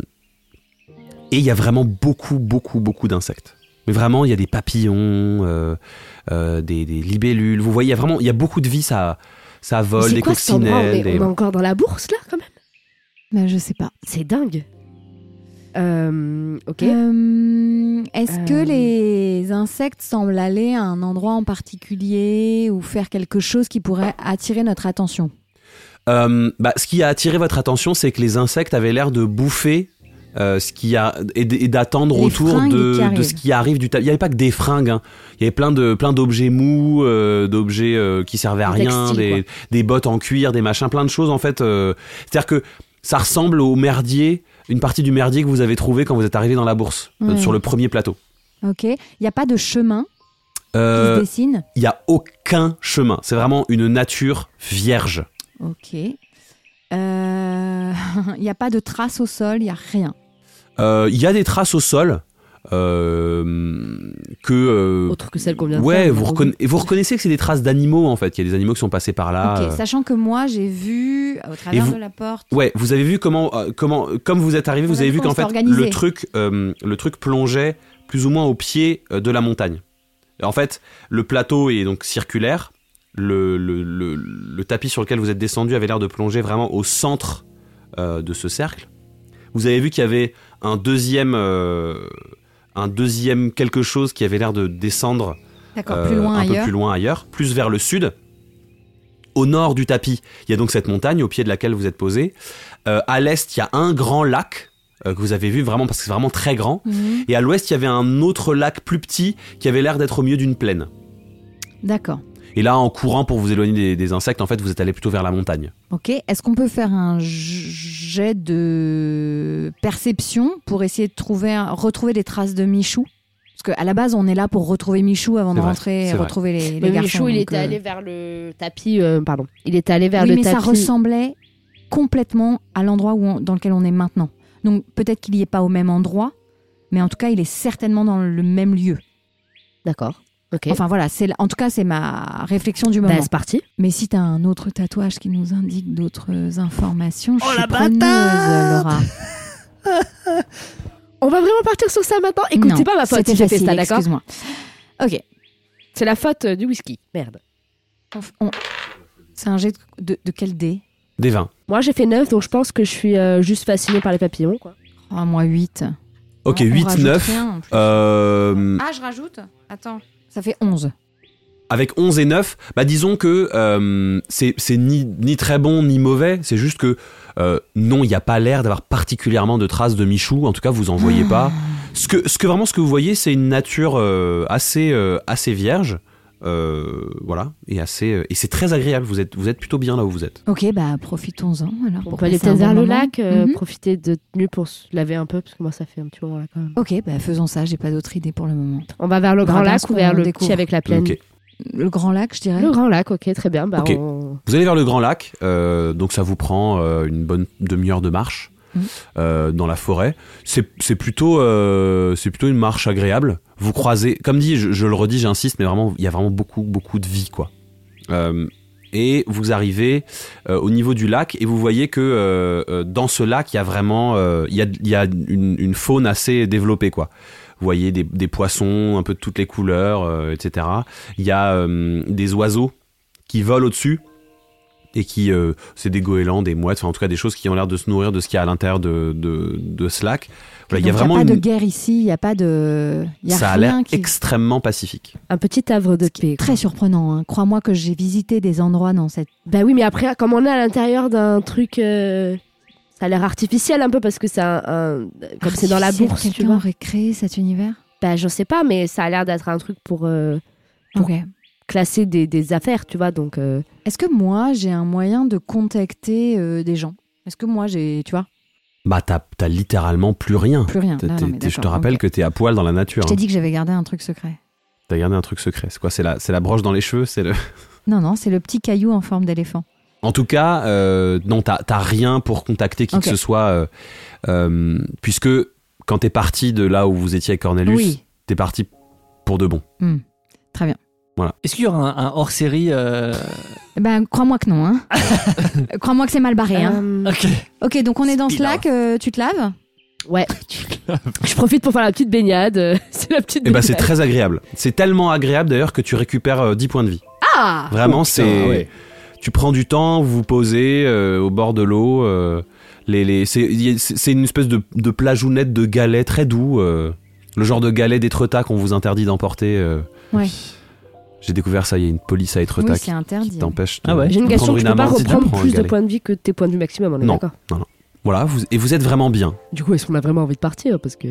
et il y a vraiment beaucoup beaucoup beaucoup d'insectes. Mais vraiment, il y a des papillons, euh, euh, des, des libellules. Vous voyez, il y a vraiment, il y a beaucoup de vie. Ça, ça vole,
C'est
des
quoi cet endroit on
Oh, coccinelles.
est,
des-
on est encore dans la bourse, là, quand même
Bah, je sais pas.
C'est dingue. Euh, ok.
Euh, Est-ce
Euh.
que les insectes semblent aller à un endroit en particulier ou faire quelque chose qui pourrait attirer notre attention
Euh, bah, ce qui a attiré votre attention, c'est que les insectes avaient l'air de bouffer euh, ce qui a et d- et d'attendre
Les
autour
fringues qui
de, de
arrivent.
ce qui arrive du tas. Il n'y avait pas que des fringues. hein. Il y avait plein de plein d'objets mous, euh, d'objets euh, qui servaient à
Des
rien,
textiles,
des, des bottes en cuir, des machins, plein de choses en fait. euh, C'est-à-dire que ça ressemble au merdier, une partie du merdier que vous avez trouvé quand vous êtes arrivé dans la bourse euh,
Ouais.
sur le premier plateau.
Ok. Il n'y a pas de chemin qui se
Euh,
dessine
Il n'y a aucun chemin. C'est vraiment une nature vierge.
Ok. Euh, *laughs* Il n'y a pas de traces au sol, il n'y a rien.
Euh, Il y a des traces au sol euh, que. euh,
Autre que celle qu'on vient de
ouais,
faire,
vous,
on-
reconna- et vous reconnaissez que c'est des traces d'animaux en fait. Il y a des animaux qui sont passés par là.
Ok,
euh.
Sachant que moi, j'ai vu au travers
vous-
de la porte.
Ouais, vous avez vu comment, euh, comment, comme vous êtes arrivé,
On
vous
a
avez
vu
vu
qu'on
qu'en fait
s'est organisé.
le truc, euh, le truc plongeait plus ou moins au pied euh, de la montagne. En fait, le plateau est donc circulaire. Le, le- le- le tapis sur lequel vous êtes descendu avait l'air de plonger vraiment au centre euh, de ce cercle. Vous avez vu qu'il y avait un deuxième, euh, un deuxième quelque chose qui avait l'air de descendre
D'accord,
euh,
plus loin
un
ailleurs.
peu plus loin ailleurs, plus vers le sud. Au nord du tapis, il y a donc cette montagne au pied de laquelle vous êtes posé. Euh, à l'est, il y a un grand lac euh, que vous avez vu vraiment parce que c'est vraiment très grand.
Mhm.
Et à l'ouest, il y avait un autre lac plus petit qui avait l'air d'être au milieu d'une plaine.
D'accord.
Et là, en courant pour vous éloigner des, des insectes, en fait, vous êtes allé plutôt vers la montagne.
Ok. Est-ce qu'on peut faire un jet de perception pour essayer de trouver, un- retrouver des traces de Michou Parce qu'à la base, on est là pour retrouver Michou avant de
C'est vrai,
rentrer et
c'est vrai.
retrouver les, les
Mais
garçons.
Michou, il
donc,
était
euh,
allé vers le tapis. euh, pardon. Il était allé vers
oui,
le
mais
tapis.
ça ressemblait complètement à l'endroit où on- dans lequel on est maintenant. Donc peut-être qu'il n'y est pas au même endroit, mais en tout cas, il est certainement dans le même lieu.
D'accord. Ok.
Enfin voilà, c'est en tout cas, c'est ma réflexion du moment.
Bah, c'est parti.
Mais si t'as un autre tatouage qui nous indique d'autres informations, je
Oh,
suis
la
preneuse,
bâtarde
Laura.
On va vraiment partir sur ça maintenant. Écoute,
Non,
c'est pas ma faute
c'était
si j'ai fait
facile,
ça, d'accord
Excuse-moi. Ok.
C'est la faute euh, du whisky. Merde.
On f- on- C'est un jet de, de- de quel dé
Des vins.
Moi, j'ai fait 9, donc je pense que je suis euh, juste fascinée par les papillons, quoi.
Ah, moi 8.
Ok,
On- on
8,
rajoute
9.
rien, en plus.
euh,
Ah, je rajoute Attends. Ça fait 11.
avec 11 et 9, bah disons que euh, c'est c'est ni, ni très bon ni mauvais, c'est juste que euh, non, il n'y a pas l'air d'avoir particulièrement de traces de Michou, en tout cas vous en voyez
Mmh.
pas.
Ah.
Ce que, ce que vraiment ce que vous voyez, c'est une nature euh, assez, euh, assez vierge, euh, voilà, et assez euh, et c'est très agréable, vous êtes, vous êtes plutôt bien là où vous êtes.
Ok, bah profitons-en alors.
On
pour
peut aller
passer un
peut-être vers
bon
le
moment.
lac, euh,
Mhm.
profiter de tenue pour se laver un peu, parce que moi, ça fait un petit moment là quand même.
Ok, bah faisons ça, j'ai pas d'autre idée pour le moment.
On va vers le
Bah,
grand
dans
lac
ce
ou
qu'on
vers le petit
découvre.
avec la plaine
Ok.
Le grand lac, je dirais.
Le grand lac, ok, très bien. Bah,
Ok.
on-
Vous allez vers le Grand Lac, euh, donc ça vous prend euh, une bonne demi-heure de marche
Mhm.
euh, dans la forêt. C'est c'est plutôt, euh, c'est plutôt une marche agréable. Vous croisez, comme dit, je, je le redis, j'insiste, mais vraiment, il y a vraiment beaucoup, beaucoup de vie, quoi. Euh, et vous arrivez euh, au niveau du lac et vous voyez que euh, euh, dans ce lac, il y a vraiment, euh, il y a, il y a une, une faune assez développée, quoi. Vous voyez des, des poissons un peu de toutes les couleurs, euh, etc. Il y a euh, des oiseaux qui volent au-dessus et qui euh, c'est des goélands, des mouettes, enfin en tout cas des choses qui ont l'air de se nourrir de ce qu'il y a à l'intérière de, de, de ce lac. Voilà, il y a
Donc,
vraiment
pas de
une...
guerre ici, il n'y a pas de. il Y a
ça a
rien
l'air
qui-
extrêmement pacifique.
Un petit havre de
Ce qui
paix.
est très surprenant. hein. Crois-moi que j'ai visité des endroits dans cette.
Bah oui, mais après, comme on est à l'intérieur d'un truc. euh, ça a l'air artificiel un peu parce que c'est un. un- comme c'est dans la
Artificiel,
bourse, tu
Quelqu'un
vois.
aurait créé cet univers
Bah je sais pas, mais ça a l'air d'être un truc pour euh,
Ok.
classer des, des affaires, tu vois. Donc. euh,
Est-ce que moi, j'ai un moyen de contacter euh, des gens Est-ce que moi, j'ai. Tu vois
Bah t'as t'as littéralement plus rien.
Plus rien.
T'es-
Là, Ah, non,
t'es-
mais
t'es- je te
d'accord,
rappelle
ok.
que t'es à poil dans la nature.
Je t'ai dit que j'avais gardé un truc secret.
hein. T'as gardé un truc secret. C'est quoi C'est la, c'est la broche dans les cheveux C'est le. *laughs*
Non, non, c'est le petit caillou en forme d'éléphant.
En tout cas, euh, non, t'as t'as rien pour contacter qui
Ok.
que ce soit, euh, euh, puisque quand t'es parti de là où vous étiez avec Cornelius,
Oui.
t'es parti pour de bon.
Très bien.
Est-ce qu'il y aura un, un hors-série euh,
Eh Ben, crois-moi que non.
*laughs*
Hein. crois-moi que c'est mal barré. Hein.
euh,
*laughs* Ok.
Ok, donc on est dans ce
Spinard.
lac,
hein.
euh, tu te laves *laughs*
Je profite pour faire la petite baignade. euh, *laughs* c'est la petite
Et bah
baignade.
c'est très agréable. C'est tellement agréable d'ailleurs que tu récupères euh, 10 points de vie.
Ah
Vraiment,
Oh,
c'est.
putain, ouais.
Tu prends du temps, vous vous posez euh, au bord de l'eau. euh, les, les, c'est y a- c'est- c'est une espèce de, de plageounette de galet très doux. euh, le genre de galet d'étretat qu'on vous interdit d'emporter. euh.
Ouais.
J'ai découvert ça, il y a une police à étretat
Oui,
qui,
c'est interdit.
qui t'empêche de,
Ah ouais.
de
J'ai une question,
prendre
tu
une
peux pas
amende si tu
reprendre
prends un
plus de
galet.
points de vie que tes points de vue maximum, on est
Non.
d'accord
Voilà, vous, et vous êtes vraiment bien.
Du coup, est-ce qu'on a vraiment envie de partir Parce que.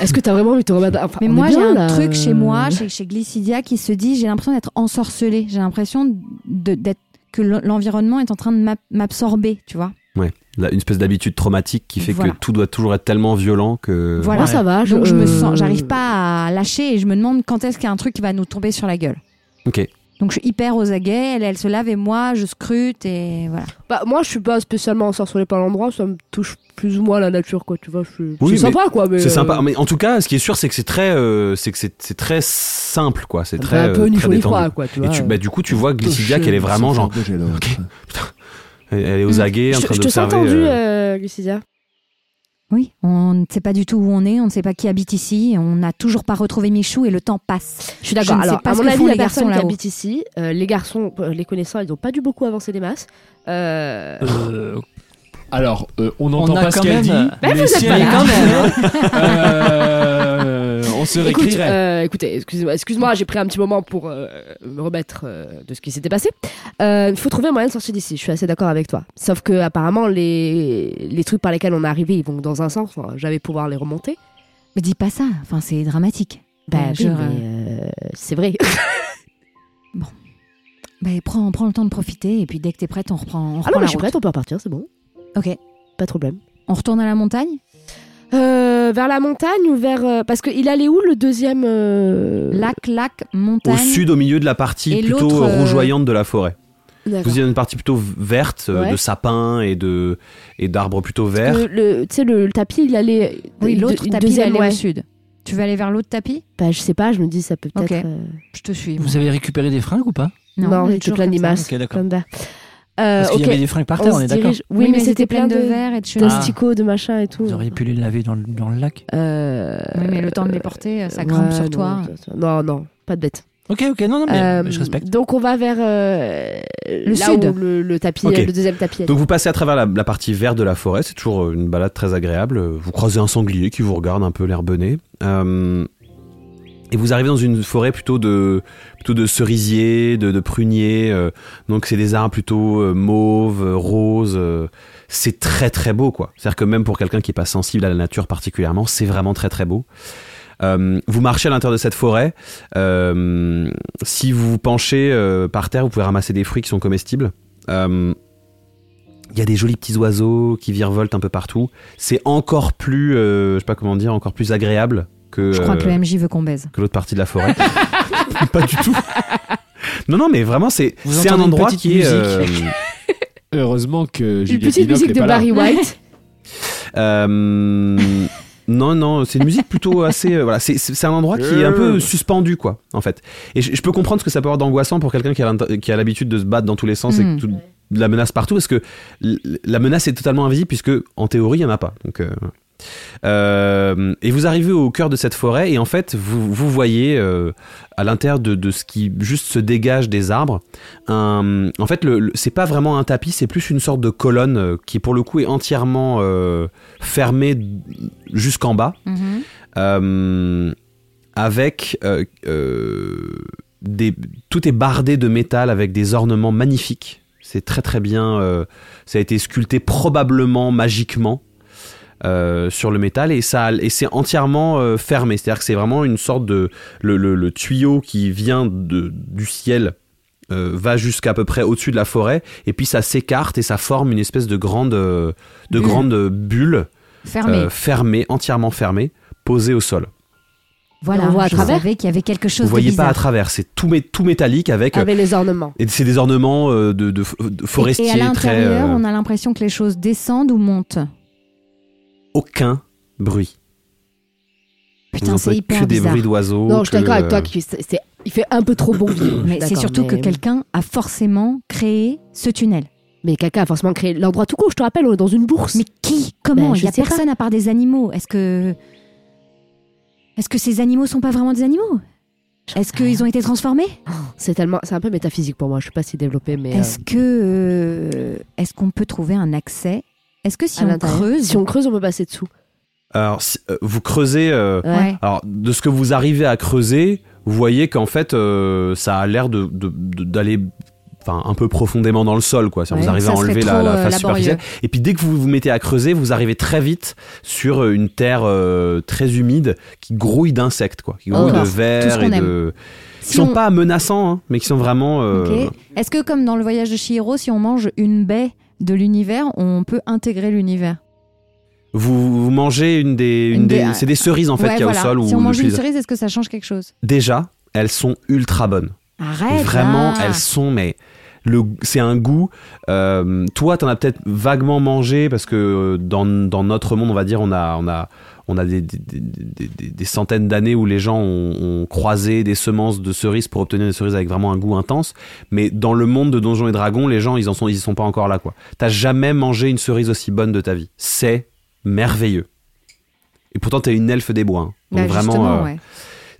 Est-ce que t'as vraiment envie de te remettre. Enfin,
Mais
on est
moi, j'ai
bien,
un
là.
truc chez moi, chez, chez Glycidia, qui se dit j'ai l'impression d'être ensorcelée. J'ai l'impression de- d'être que l'en- l'environnement est en train de m'ab- m'absorber, tu vois.
Là, une espèce d'habitude traumatique qui fait
Voilà.
que tout doit toujours être tellement violent que.
Voilà.
Moi, ça va.
Donc je me
euh,
sens, j'arrive pas à lâcher et je me demande quand est-ce qu'il y a un truc qui va nous tomber sur la gueule.
Ok.
Donc je suis hyper aux aguets, elle, elle se lave et moi je scrute et voilà.
Bah, moi, je suis pas spécialement ensorcelée par l'endroit, ça me touche plus ou moins la nature, quoi, tu vois. je suis-
Oui,
c'est
mais
sympa, quoi. mais,
C'est
euh,
sympa, mais en tout cas, ce qui est sûr, c'est que c'est très, euh, c'est que c'est c'est très simple, quoi. C'est
ça me
très,
fait Bah, un peu
euh,
ni
très
chaud ni
détendu.
froid, quoi, tu vois. euh,
Et tu, bah, du coup, tu vois Glycidia
euh,
qu'elle est vraiment genre, Ok. elle elle est aux
Mm.
aguets, en
je,
train
je te sens
d'observer.
tendue,
euh,
euh, Lucidia.
Oui, on ne sait pas du tout où on est, on ne sait pas qui habite ici, on n'a toujours pas retrouvé Michou et le temps passe.
Je suis d'accord.
ne sais
Alors,
pas
à
ce
mon
que
avis,
font
les
les garçons
personnes qui
là-haut.
habitent ici, euh, les garçons, euh, les connaissants, ils n'ont pas dû beaucoup avancer des masses. Euh,
Euh,
Alors, euh, on
On
n'entend
a
pas ce
quand
qu'elle
même,
dit.
euh,
Ben,
mais
vous
si
êtes
elle
pas
dit,
là.
*laughs* euh, on se
Écoute,
réécrirait.
euh, écoutez, excusez-moi, excuse-moi, j'ai pris un petit moment pour euh, me remettre euh, de ce qui s'était passé. Euh, Il faut trouver un moyen de sortir d'ici. Je suis assez d'accord avec toi. Sauf que apparemment, les les trucs par lesquels on est arrivé, ils vont dans un sens. Enfin, J'avais pouvoir les remonter.
Mais dis pas ça, enfin c'est dramatique.
Bah,
Euh,
oui,
genre, euh,
mais, euh, c'est vrai.
bah, prends, prends le temps de profiter et puis dès que t'es prête on reprend, on
Ah
reprend
non, mais
la
je suis
route.
prête. On peut repartir, c'est bon.
Ok,
Pas de problème.
on retourne à la montagne
Euh, vers la montagne ou vers euh, parce que il allait où le deuxième euh,
Lac, lac,
au
montagne.
sud, au milieu de la partie
Et
plutôt
l'autre, euh,
rougeoyante de la forêt.
D'accord.
Vous y avez une partie plutôt verte euh,
Ouais.
de sapins et de et d'arbres plutôt verts.
Le- le- Tu sais, le, le tapis, il allait.
Oui,
de-
l'autre
de-
tapis
deuxième,
elle est
ouais.
au sud. Tu veux aller vers l'autre tapis
Bah, je sais pas, je me dis, ça peut peut-être.
Ok.
euh,
Je te suis. moi.
Vous avez récupéré des fringues ou pas
Non,
on est
j'étais
toujours
plein
comme ça.
d'images.
Ok, d'accord.
Comme d'hab. Euh,
Parce qu'il
ok,
y avait des fringues par
on
terre, on,
se
est d'accord.
dirige- Oui, mais, c'était plein de,
verre et de
de
cheveux.
Ah.
sticos, de machin et tout.
Vous auriez pu les laver dans le, dans le lac.
Euh,
Oui, mais le temps de les porter, euh, ça grimpe
ouais,
sur
non,
toi.
Non, non, pas de bête.
Ok, ok, non, non, Ah, mais
Euh,
je respecte.
Donc on va vers euh,
Le
là
sud.
où le, le tapis,
Ok.
le deuxième tapis. est.
Donc vous passez à travers la, la partie verte de la forêt, c'est toujours euh, une balade très agréable. euh, Vous croisez un sanglier qui vous regarde un peu l'air bené. Euh, et vous arrivez dans une forêt plutôt de, plutôt de cerisiers, de, de pruniers. euh, donc c'est des arbres plutôt euh, mauves, euh, roses. euh, c'est très très beau quoi. C'est-à-dire que même pour quelqu'un qui n'est pas sensible à la nature particulièrement, c'est vraiment très très beau. Euh, vous marchez à l'intérieur de cette forêt. Euh, si vous vous penchez euh, par terre, vous pouvez ramasser des fruits qui sont comestibles. Euh, il y a des jolis petits oiseaux qui virevoltent un peu partout. C'est encore plus, euh, je sais pas comment dire, encore plus agréable que,
Je crois que
euh,
le MJ veut qu'on baise.
que l'autre partie de la forêt. *laughs* pas du tout. Non, non, mais vraiment, c'est
Vous
c'est un
entendez une
endroit
petite
qui est. euh,
musique.
Heureusement que
Une
Juliette
petite
Binocle
musique
est
de
pas là.
Barry White.
euh, euh, non, non, c'est une musique plutôt assez. euh, voilà, c'est- c'est c'est un endroit qui est un peu suspendu, quoi, en fait. Et je, je peux comprendre ce que ça peut avoir d'angoissant pour quelqu'un qui a l'int- qui a l'habitude de se battre dans tous les sens et
Mhm.
que tout- de la menace partout, parce que l- la menace est totalement invisible, puisque en théorie, il n'y en a pas. Donc. euh, Euh, et vous arrivez au cœur de cette forêt et en fait vous, vous voyez euh, à l'intérieur de, de ce qui juste se dégage des arbres, un- en fait le, le- c'est pas vraiment un tapis, c'est plus une sorte de colonne euh, qui pour le coup est entièrement euh, fermée d- jusqu'en bas
Mhm.
euh, avec euh, euh, des, tout est bardé de métal avec des ornements magnifiques. C'est très très bien. euh, ça a été sculpté probablement magiquement euh, sur le métal et ça et c'est entièrement euh, fermé. C'est-à-dire que c'est vraiment une sorte de le, le- le tuyau qui vient de, du ciel. euh, va jusqu'à peu près au-dessus de la forêt et puis ça s'écarte et ça forme une espèce de grande euh, de
Bulle.
grande bulle
Fermé.
euh, fermé, entièrement fermé, posé au sol.
voilà,
on voit à
je
travers.
savais qu'il y avait quelque chose
Vous voyez
de bizarre. Ah,
pas à travers, c'est tout, mé- tout métallique avec. euh,
Avec les ornements.
et c'est des ornements euh, de, de f- de
et, et
forestiers
à
très. euh,
l'intérieur, on a l'impression que les choses descendent ou montent.
Aucun bruit. Vous
Putain,
entendez
c'est hyper
que des
bizarre.
bruits d'oiseaux.
Non, je suis
que,
d'accord avec toi,
euh,
qui- c'est- c'est- il fait un peu trop bon.
Mais c'est
D'accord,
surtout que
mais-
quelqu'un a forcément créé ce tunnel.
Mais quelqu'un a forcément créé l'endroit tout court, je te rappelle, on est dans une bourse.
Mais qui Comment
Ben,
Il
je
n'y a
sais pas.
personne à part des animaux. Est-ce que. Est-ce que ces animaux sont pas vraiment des animaux Est-ce qu'ils ont été transformés
Oh, C'est tellement, c'est un peu métaphysique pour moi, je suis pas si développée, mais. euh,
Est-ce que. euh, Est-ce qu'on peut trouver un accès Est-ce que si
à
on
l'intérieur.
creuse.
Si on creuse, on peut passer dessous.
Alors, si- euh, vous creusez. euh,
Ouais.
alors, de ce que vous arrivez à creuser, vous voyez qu'en fait, euh, ça a l'air de- de- de- d'aller. Enfin, un peu profondément dans le sol, quoi. C'est-à-dire,
Ouais,
vous arrivez
ça
à
serait
enlever la,
trop,
la
euh,
face
laborieux.
superficielle. Et puis, dès que vous vous mettez à creuser, vous arrivez très vite sur euh, une terre euh, très humide qui grouille d'insectes, quoi. Qui grouille
D'accord.
de
Tout ce
vers
qu'on
et
aime.
de. Qui
Si
sont
on-
pas menaçants, hein, mais qui sont vraiment. euh,
Ok. Est-ce que, comme dans le voyage de Chihiro, si on mange une baie de l'univers, on peut intégrer l'univers
Vous, vous mangez une des. Une
Une
des,
des- euh,
c'est des cerises, en fait,
Ouais,
qu'il y a
voilà.
au sol.
Si
ou
on mange
depuis
une
les-
cerise, est-ce que ça change quelque chose
Déjà, elles sont ultra bonnes.
Arrête
Vraiment,
là.
elles sont, mais le, c'est un goût. euh, toi, t'en as peut-être vaguement mangé parce que euh, dans, dans notre monde, on va dire, on a, on a, on a des, des- des- des- des- des centaines d'années où les gens ont, ont croisé des semences de cerises pour obtenir des cerises avec vraiment un goût intense. Mais dans le monde de Donjons et Dragons, les gens, ils en sont, ils y sont pas encore là, quoi. T'as jamais mangé une cerise aussi bonne de ta vie. C'est merveilleux. Et pourtant, t'es une elfe des bois. hein. Donc
Bah,
vraiment,
justement,
euh,
ouais.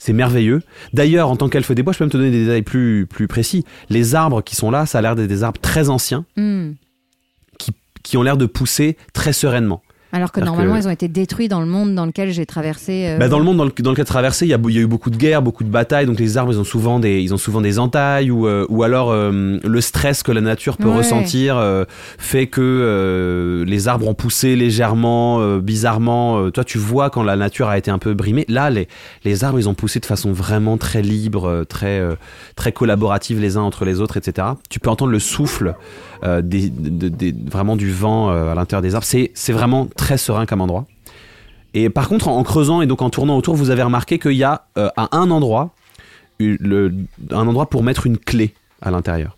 c'est merveilleux. D'ailleurs, en tant qu'elfe des bois, je peux même te donner des détails plus, plus précis. Les arbres qui sont là, ça a l'air d'être des arbres très anciens
Hmm.
qui ont l'air de pousser très sereinement.
Alors que
Alors
normalement,
que-
ils ont été détruits dans le monde dans lequel j'ai traversé. euh,
Bah, dans le monde dans, le- dans lequel traversé, il y, a, il y a eu beaucoup de guerres, beaucoup de batailles, donc les arbres, ils ont souvent des, ils ont souvent des entailles, ou, euh, ou alors euh, le stress que la nature peut
Ouais.
ressentir euh, fait que euh, les arbres ont poussé légèrement, euh, bizarrement. Euh, toi, tu vois quand la nature a été un peu brimée. Là, les, les arbres, ils ont poussé de façon vraiment très libre, euh, très, euh, très collaborative les uns entre les autres, etc. Tu peux entendre le souffle euh, des, de- des- vraiment du vent euh, à l'intérieur des arbres. C'est c'est vraiment très serein comme endroit. Et par contre, en, en creusant et donc en tournant autour, vous avez remarqué qu'il y a euh, à un endroit une- le- un endroit pour mettre une clé à l'intérieur.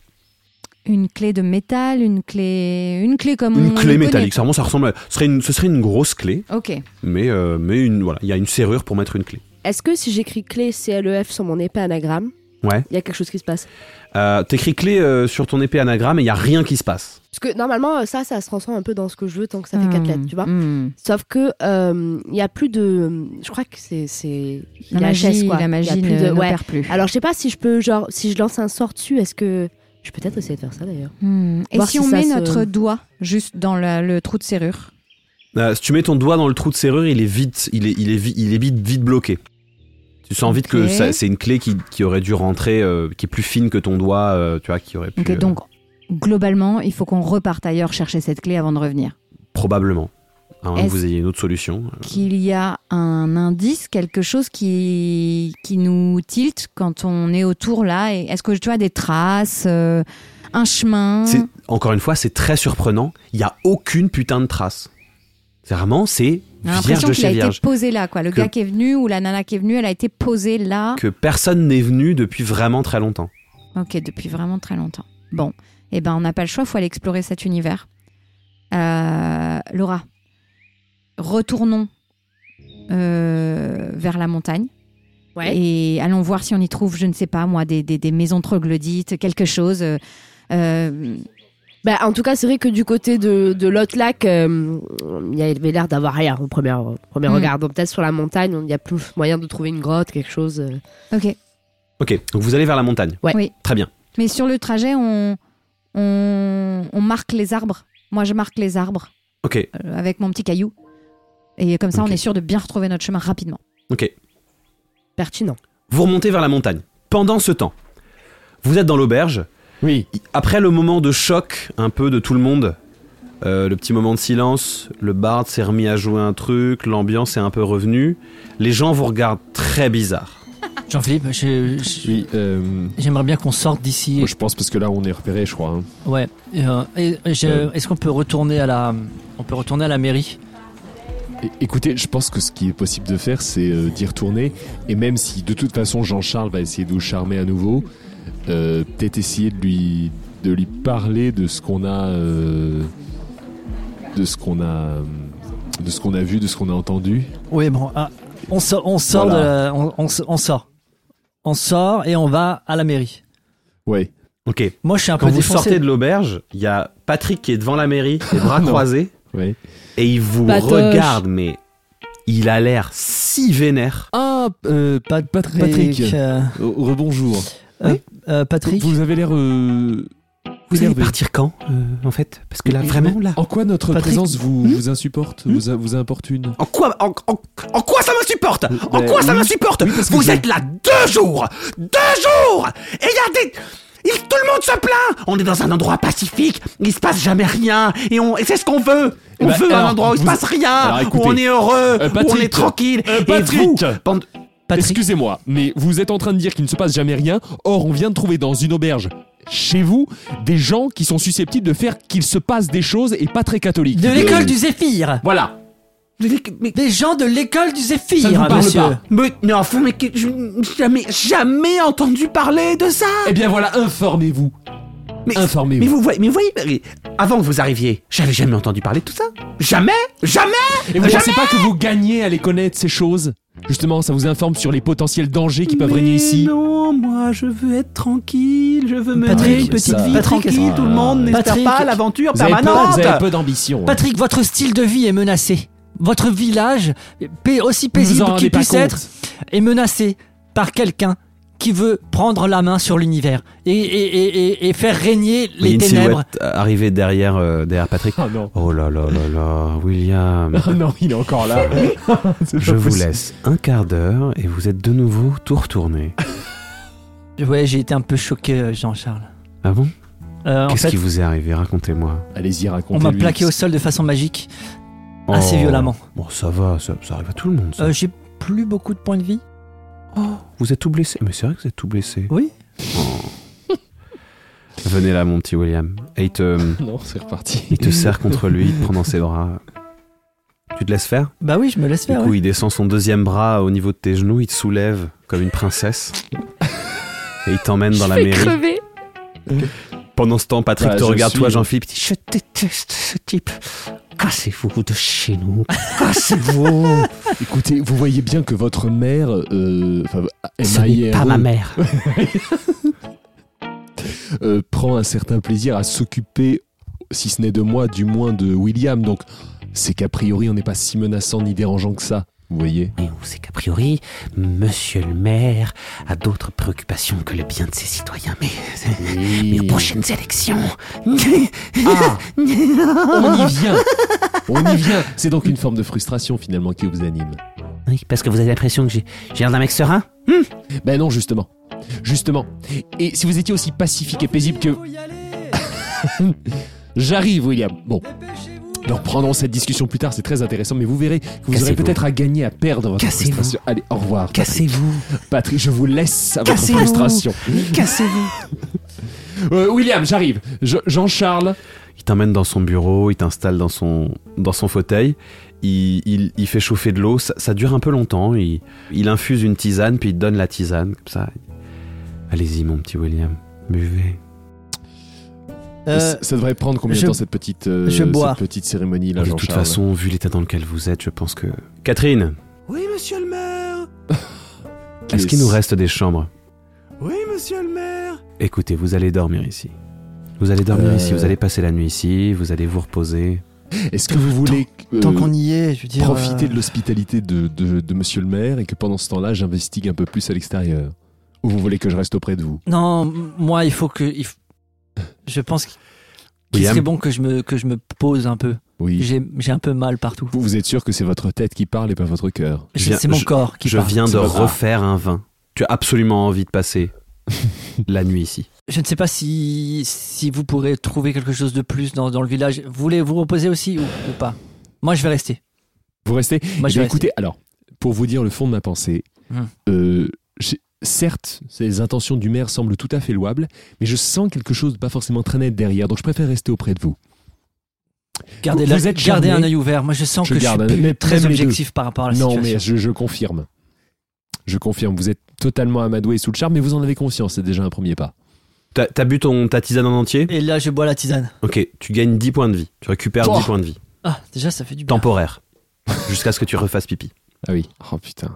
Une clé de métal, une clé, une clé comme on
Une
le
clé
connaît.
métallique. Ça, vraiment, ça ressemble. à- ce serait une, ce serait une grosse clé,
Ok.
mais euh, mais une voilà, il y a une serrure pour mettre une clé.
Est-ce que si j'écris clé CLEF sur mon épée anagramme,
Ouais.
il y a quelque chose qui se passe
Euh, T'écris clé euh, sur ton épée anagramme et il y a rien qui se passe.
Parce que normalement, ça, ça se transforme un peu dans ce que je veux tant que ça fait
Hmm,
quatre lettres, tu vois.
hmm.
Sauf que euh, il y a plus de, je crois que c'est c'est
La
la
magie,
chaise, quoi. Il y
la
a
magie
plus
ne,
de-
ne
ouais.
perd plus.
Alors je sais pas si je peux genre si je lance un sort dessus, est-ce que je vais peut-être essayer de faire ça d'ailleurs.
Hmm. Et
voir
si,
si
on
ça
met
se-
notre doigt juste dans la- le trou de serrure
Euh, si tu mets ton doigt dans le trou de serrure, il est vite, il est il est vi- il est vite vite bloqué. Tu sens vite que
Ok.
ça- c'est une clé qui, qui aurait dû rentrer, euh, qui est plus fine que ton doigt, euh, tu vois, qui aurait pu.
Ok,
euh,
donc globalement, il faut qu'on reparte ailleurs chercher cette clé avant de revenir.
probablement. À moins que
Est-ce-
vous ayez une autre solution.
Qu'il y a un indice, quelque chose qui qui nous tilte quand on est autour là. Et est-ce que tu as des traces, euh, un chemin
C'est- Encore une fois, c'est très surprenant. Il n'y a aucune putain de trace. C'est vraiment, c'est
On a
vierge
l'impression
de
qu'il
chez
a été
vierge.
posé là, quoi. Le
Que-
gars qui est venu ou la nana qui est venue, elle a été posée là.
Que personne n'est venu depuis vraiment très longtemps.
Ok, depuis vraiment très longtemps. Bon, eh ben on n'a pas le choix, faut aller explorer cet univers. Euh, Laura, retournons euh, vers la montagne et allons voir si on y trouve, je ne sais pas moi, des, des- des maisons troglodytes, quelque chose. euh, euh,
Bah, en tout cas, c'est vrai que du côté de, de Lotlac, euh, il y avait l'air d'avoir rien au premier, au premier
Mm.
regard. Donc, peut-être sur la montagne, il y a plus moyen de trouver une grotte, quelque chose. euh.
Ok.
Ok, donc vous allez vers la montagne.
Ouais.
Oui.
Très bien.
Mais sur le trajet, on, on, on marque les arbres. Moi, je marque les arbres
Ok,
euh, avec mon petit caillou. Et comme ça,
Ok.
on est sûr de bien retrouver notre chemin rapidement.
ok.
Pertinent.
Vous remontez vers la montagne. Pendant ce temps, vous êtes dans l'auberge.
Oui.
Après le moment de choc, un peu de tout le monde, euh, le petit moment de silence, le bard s'est remis à jouer un truc, l'ambiance est un peu revenue. Les gens vous regardent très bizarre.
Jean-Philippe, je- je-
Oui. euh,
j'aimerais bien qu'on sorte d'ici.
moi, je pense parce que là, on est repéré, je crois. hein.
Ouais. Euh, et- et je-
Euh.
Est-ce qu'on peut retourner à la, on peut retourner à la mairie
É- Écoutez, je pense que ce qui est possible de faire, c'est euh, d'y retourner. Et même si de toute façon Jean-Charles va essayer de vous charmer à nouveau, euh, peut-être essayer de lui, de lui parler de ce qu'on a, euh, de ce qu'on a, euh, de ce qu'on a vu, de ce qu'on a entendu.
Oui, bon, ah, on sort, on sort,
Voilà.
de la- on, on s- on sort, on sort et on va à la mairie.
Ouais.
Ok.
Moi, je suis un
Quand
peu
vous
Bah, défoncé.
sortez de l'auberge, il y a Patrick qui est devant la mairie, les bras
Non.
croisés,
Ouais.
et il vous
Patoche.
regarde, mais il a l'air si vénère.
Ah, Patrick.
Patrick, euh,
Rebonjour.
euh, Patrick,
Vous avez l'air. euh,
Vous allez
énervé.
partir quand, euh, en fait Parce que là,
Mais-
vraiment, là.
En quoi notre
Patrick
présence vous, vous insupporte, vous, a- vous importune
En quoi, en, en- en quoi ça m'insupporte En
Ben,
quoi ça
oui.
m'insupporte
Oui, parce que
Vous
je-
êtes là deux jours Deux jours Et il y a des... il- tout le monde se plaint On est dans un endroit pacifique, il se passe jamais rien, et, on, et c'est ce qu'on veut On
Eh ben,
veut un
alors,
endroit où il se
vous-
passe rien,
Alors,
où on
écoutez.
est heureux,
Euh,
où on
Patrick.
est tranquille.
Euh,
Et
Patrick.
vous, bande-
Patrick,
Excusez-moi, mais vous êtes en train de dire qu'il ne se passe jamais rien. Or, on vient de trouver dans une auberge chez vous des gens qui sont susceptibles de faire qu'il se passe des choses et pas très catholiques. Euh,
de l'école du Zéphyr.
Voilà.
Mais- mais-
Des gens de l'école du
Ça ne vous
Zéphyr,
parle
monsieur.
pas.
Mais, mais en fond, mais que- je n'ai jamais, jamais entendu parler de ça
Eh bien voilà, informez-vous.
Mais, mais
Informez-vous.
vous voyez, mais vous voyez, mais avant que vous arriviez, j'avais jamais entendu parler de tout ça. Jamais Jamais
Et vous ne
Jamais
pensez pas que vous gagnez à les connaître, ces choses Justement, ça vous informe sur les potentiels dangers qui peuvent
Mais
régner ici.
Non, moi je veux être tranquille, je veux mener
Patrick,
une petite
ça-
vie
Patrick,
tranquille,
ça-
tout le monde n'espère
Patrick,
pas l'aventure
Vous avez peu-
permanente.
vous avez peu d'ambition. hein.
Patrick, votre style de vie est menacé. Votre village, pa- aussi
Vous vous en
paisible
rendez
qu'il
pas
puisse
compte.
être, est menacé par quelqu'un qui veut prendre la main sur l'univers et, et- et- et- et faire régner les ténèbres.
arrivée derrière, euh, derrière Patrick.
Oh non. *laughs*
Oh là là là là, *laughs* William,
Oh non, il est
*laughs*
encore là. *laughs* C'est pas possible.
laisse un quart d'heure et vous êtes de nouveau tout retourné.
Ouais, j'ai été un peu choqué, euh, Jean-Charles.
Ah bon
Euh, en fait,
vous est arrivé Racontez-moi.
Allez-y,
on m'a
racontez-lui.
plaqué au sol de façon magique, assez
Oh.
violemment.
Bon, ça va, ça, ça arrive à tout le monde. ça.
Euh, j'ai plus beaucoup de points de vie.
Vous êtes tout blessé. Mais c'est vrai que vous êtes tout blessé.
Oui. *laughs*
Oh. Venez là, mon petit William. um, Et il te,
*laughs* Non, c'est reparti.
il te serre contre lui, il te prend dans ses bras. Tu te laisses faire
Bah oui, je me laisse
Du
faire.
coup,
ouais.
il descend son deuxième bras au niveau de tes genoux, il te soulève comme une
*laughs*
princesse. Et il t'emmène dans
je
la
vais
mairie.
crever.
Pendant ce temps, Patrick
Bah,
te
je
regarde,
suis-
toi, Jean-Philippe, il dit, Je déteste ce type. Cassez-vous de chez nous. Cassez-vous.
Écoutez, vous voyez bien que votre mère, euh, enfin,
Ce n'est pas
MIRE,
ma mère.
euh, prend un certain plaisir à s'occuper, si ce n'est de moi, du moins de William. Donc, c'est qu'a priori, on n'est pas si menaçant ni dérangeant que ça. Vous voyez
Mais on sait qu'a priori, monsieur le maire a d'autres préoccupations que le bien de ses citoyens. Mais, mais aux prochaines élections.
Ah On y vient On y vient C'est donc une forme de frustration finalement qui vous anime.
*laughs* Oui, parce que vous avez l'impression que j'ai j'ai l'air d'un mec serein
Ben non, justement. Justement. Et si vous étiez aussi pacifique et paisible que. J'arrive, William. Bon. Nous reprendrons cette discussion plus tard, c'est très intéressant, mais vous verrez que vous aurez
Cassez-vous.
peut-être à gagner, à perdre votre
Cassez-vous.
frustration. Allez, au revoir.
Cassez-vous
Patrick, je vous laisse à votre
Cassez-vous.
frustration.
Cassez-vous
Euh, William, j'arrive. Je- Jean-Charles.
Il t'emmène dans son bureau, il t'installe dans son, dans son fauteuil, il, il- il fait chauffer de l'eau, ça, ça dure un peu longtemps, il, il infuse une tisane, puis il te donne la tisane, comme ça. Allez-y, mon petit William, buvez.
Euh,
ça, ça devrait prendre combien
je-
de temps cette petite, euh,
je bois.
cette petite cérémonie
Oh,
là,
de
Jean-Charles
toute façon, vu l'état dans lequel vous êtes, je pense que... Catherine
Oui, monsieur le maire
Est-ce qu'il nous reste des chambres
Oui, monsieur le maire
Écoutez, vous allez dormir ici. Vous allez dormir
Euh.
ici, vous allez passer la nuit ici, vous allez vous reposer.
Est-ce que vous voulez euh,
Tant qu'on y est, je veux dire.
profiter
euh,
de l'hospitalité de, de- de monsieur le maire et que pendant ce temps-là, j'investigue un peu plus à l'extérieur Ou vous voulez que je reste auprès de vous
Non, m- moi, il faut que. il f- Je pense qu'il
William
serait bon que je me, que je me pose un peu.
Oui.
J'ai j'ai un peu mal partout.
Vous, vous êtes sûr que c'est votre tête qui parle et pas votre cœur
Je viens-
C'est mon
je-
corps qui
Je
parle.
viens de
ça va.
refaire un vin. Tu as absolument envie de
*laughs*
passer la nuit ici.
Je ne sais pas si, si vous pourrez trouver quelque chose de plus dans, dans le village. Vous voulez vous reposer aussi ou, ou pas Moi, je vais rester.
Vous restez
Moi,
Eh
je
bien,
vais
écoutez, alors, pour vous dire le fond de ma pensée,
Hmm.
euh, j'ai- certes, les intentions du maire semblent tout à fait louables, mais je sens quelque chose de pas forcément très net derrière, donc je préfère rester auprès de vous.
rester. Gardez,
vous
la-
êtes
gardez
charmé.
un œil ouvert. Moi, je sens
Je
que
garde un-
je suis
mais
plus très
même les deux.
objectif par rapport à la
non,
situation.
mais je, je confirme. Je confirme, vous êtes totalement amadoué sous le charme, mais vous en avez conscience, c'est déjà un premier pas.
T'as- T'as bu ton, ta tisane en entier
Et là, je bois la tisane.
Ok, tu gagnes 10 points de vie. Tu récupères
Oh.
10 points de vie.
Ah, déjà, ça fait du bien. *laughs*
Temporaire. Jusqu'à ce que tu refasses pipi.
Ah oui. Oh putain.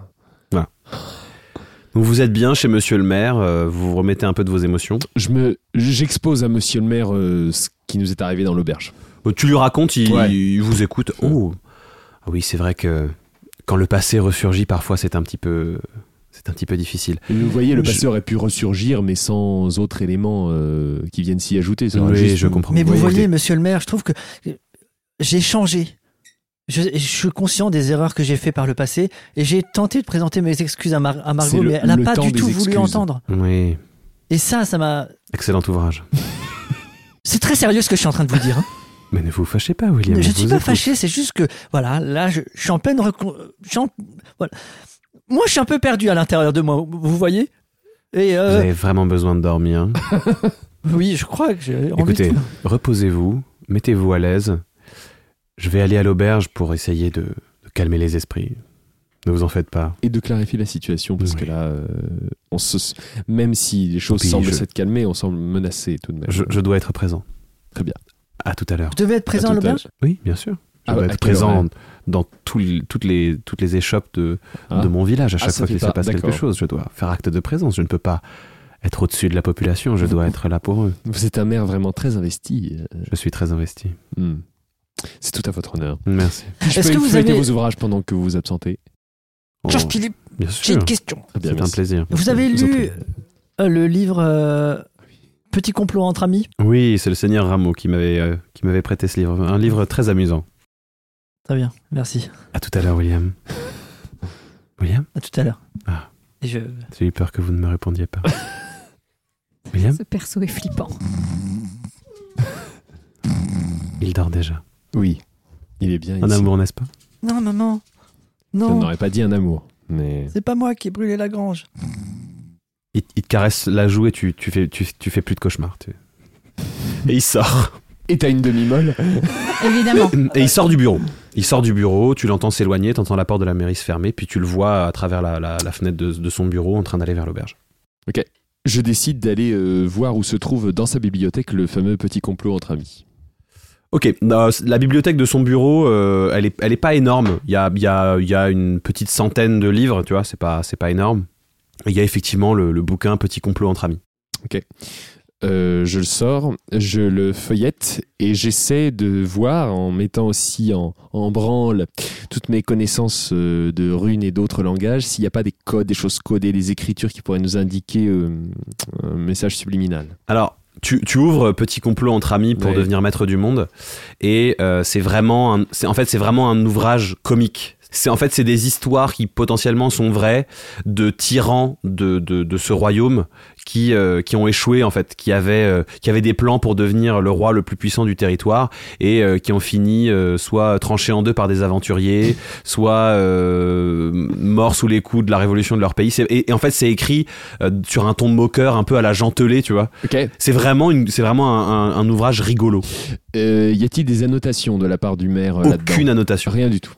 Donc vous êtes bien chez monsieur le maire, euh, vous vous remettez un peu de vos émotions.
Je me, j'expose à monsieur le maire euh, ce qui nous est arrivé dans l'auberge.
Euh, Tu lui racontes, il,
Ouais.
il vous écoute. Oh, Ah oui, c'est vrai que quand le passé ressurgit, parfois c'est un petit peu, c'est un petit peu difficile.
Et Vous voyez, le
Je-
passé aurait pu ressurgir, mais sans autre élément euh, qui vienne s'y ajouter. ça aurait
Oui,
juste-
je comprends.
Mais vous
voyez,
voyez,
des-
monsieur le maire, je trouve que j'ai changé. Je, je suis conscient des erreurs que j'ai faites par le passé et j'ai tenté de présenter mes excuses à, Mar- à
C'est
Margot,
le-
mais elle n'a
le
pas
temps
du
des
tout
excuses.
voulu entendre.
Oui,
Et ça, ça m'a.
excellent ouvrage.
C'est très sérieux ce que je suis en train de vous dire. hein.
Mais ne vous fâchez pas, William.
je ne
vous
suis pas
écoute.
fâché, c'est juste que, voilà, là, je, je suis en pleine. recon- je suis en- voilà. Moi, je suis un peu perdu à l'intérieur de moi, vous voyez Et
Vous
euh,
avez vraiment besoin de
*laughs*
dormir.
oui, je crois que j'ai envie
Écoutez,
de.
reposez-vous, mettez-vous à l'aise. Je vais aller à l'auberge pour essayer de, de calmer les esprits. Ne vous en faites pas.
Et de clarifier la situation, parce
Oui.
que là, euh, on se... même si les choses
Puis
semblent
je-
s'être calmées, on semble menacé tout de même.
Je, je dois être présent.
Très bien.
À tout à l'heure.
Vous devez être présent à
tout à
l'auberge
Oui, bien sûr. Je
Ah,
dois
à
être
quelle
présent
heure
dans tout le- toutes, les, toutes les échoppes de,
Ah.
de mon village. À chaque
Ah, ça
fois
fait
qu'il se
pas-
passe quelque
d'accord.
chose, je dois faire acte de présence. Je ne peux pas être au-dessus de la population. Je
*laughs*
dois être là pour eux.
Vous êtes un maire vraiment très investi. euh,
Je suis très investi.
hmm. C'est tout à votre honneur.
Merci.
Je
Est-ce
peux
que vous
feuilleter
avez-
vos ouvrages pendant que vous vous absentez
Oh,
Georges Philippe,
bien
j'ai
sûr.
une question.
Très bien,
C'est un
merci.
plaisir.
Vous avez
Je vous en
lu euh, le livre euh, Petit complot entre amis
Oui, c'est le seigneur Rameau qui m'avait euh, qui m'avait prêté ce livre. Un livre très amusant.
Très bien, merci.
À tout à l'heure,
*laughs*
William. William
À tout à l'heure.
Ah.
Et je...
J'ai eu peur que vous ne me répondiez
*laughs*
pas. William
Ce perso est flippant.
Il dort déjà.
Oui. Il est bien
Un
ici.
amour, n'est-ce pas
Non, maman.
Je
Non,
n'aurais pas dit un amour, mais
c'est pas moi qui ai brûlé la grange.
il, il te caresse la joue et tu, tu, fais, tu, tu fais plus de cauchemars. tu- Et il sort.
et t'as une demi-molle.
Évidemment.
Et il sort du bureau. Il sort du bureau, tu l'entends s'éloigner, t'entends la porte de la mairie se fermer, puis tu le vois à travers la, la- la fenêtre de, de son bureau en train d'aller vers l'auberge.
Je décide d'aller euh, voir où se trouve dans sa bibliothèque le fameux petit complot entre amis.
Ok, euh, la bibliothèque de son bureau, euh, elle, est, elle est pas énorme. Il y a, il y, a, il y a une petite centaine de livres, tu vois, c'est pas, c'est pas énorme. Et Il y a effectivement le, le bouquin Petit complot entre amis.
Euh, je le sors, je le feuillette et j'essaie de voir en mettant aussi en, en branle toutes mes connaissances euh, de runes et d'autres langages s'il n'y a pas des codes, des choses codées, des écritures qui pourraient nous indiquer euh, un message subliminal.
Alors, tu, tu ouvres Petit complot entre amis pour
Ouais.
devenir maître du monde, et euh, c'est vraiment, un, c'est, en fait, c'est vraiment un ouvrage comique. C'est en fait, c'est des histoires qui potentiellement sont vraies de tyrans de, de, de ce royaume qui euh, qui ont échoué en fait, qui avaient euh, qui avaient des plans pour devenir le roi le plus puissant du territoire et euh, qui ont fini euh, soit tranchés en deux par des aventuriers, soit euh, morts sous les coups de la révolution de leur pays. C'est- et, et en fait, c'est écrit euh, sur un ton moqueur, un peu à la gentelée, tu vois.
Ok.
C'est vraiment, une, c'est vraiment un, un- un ouvrage rigolo.
Euh, y a-t-il des annotations de la part du maire euh, là-dedans
Aucune annotation.
Rien du tout.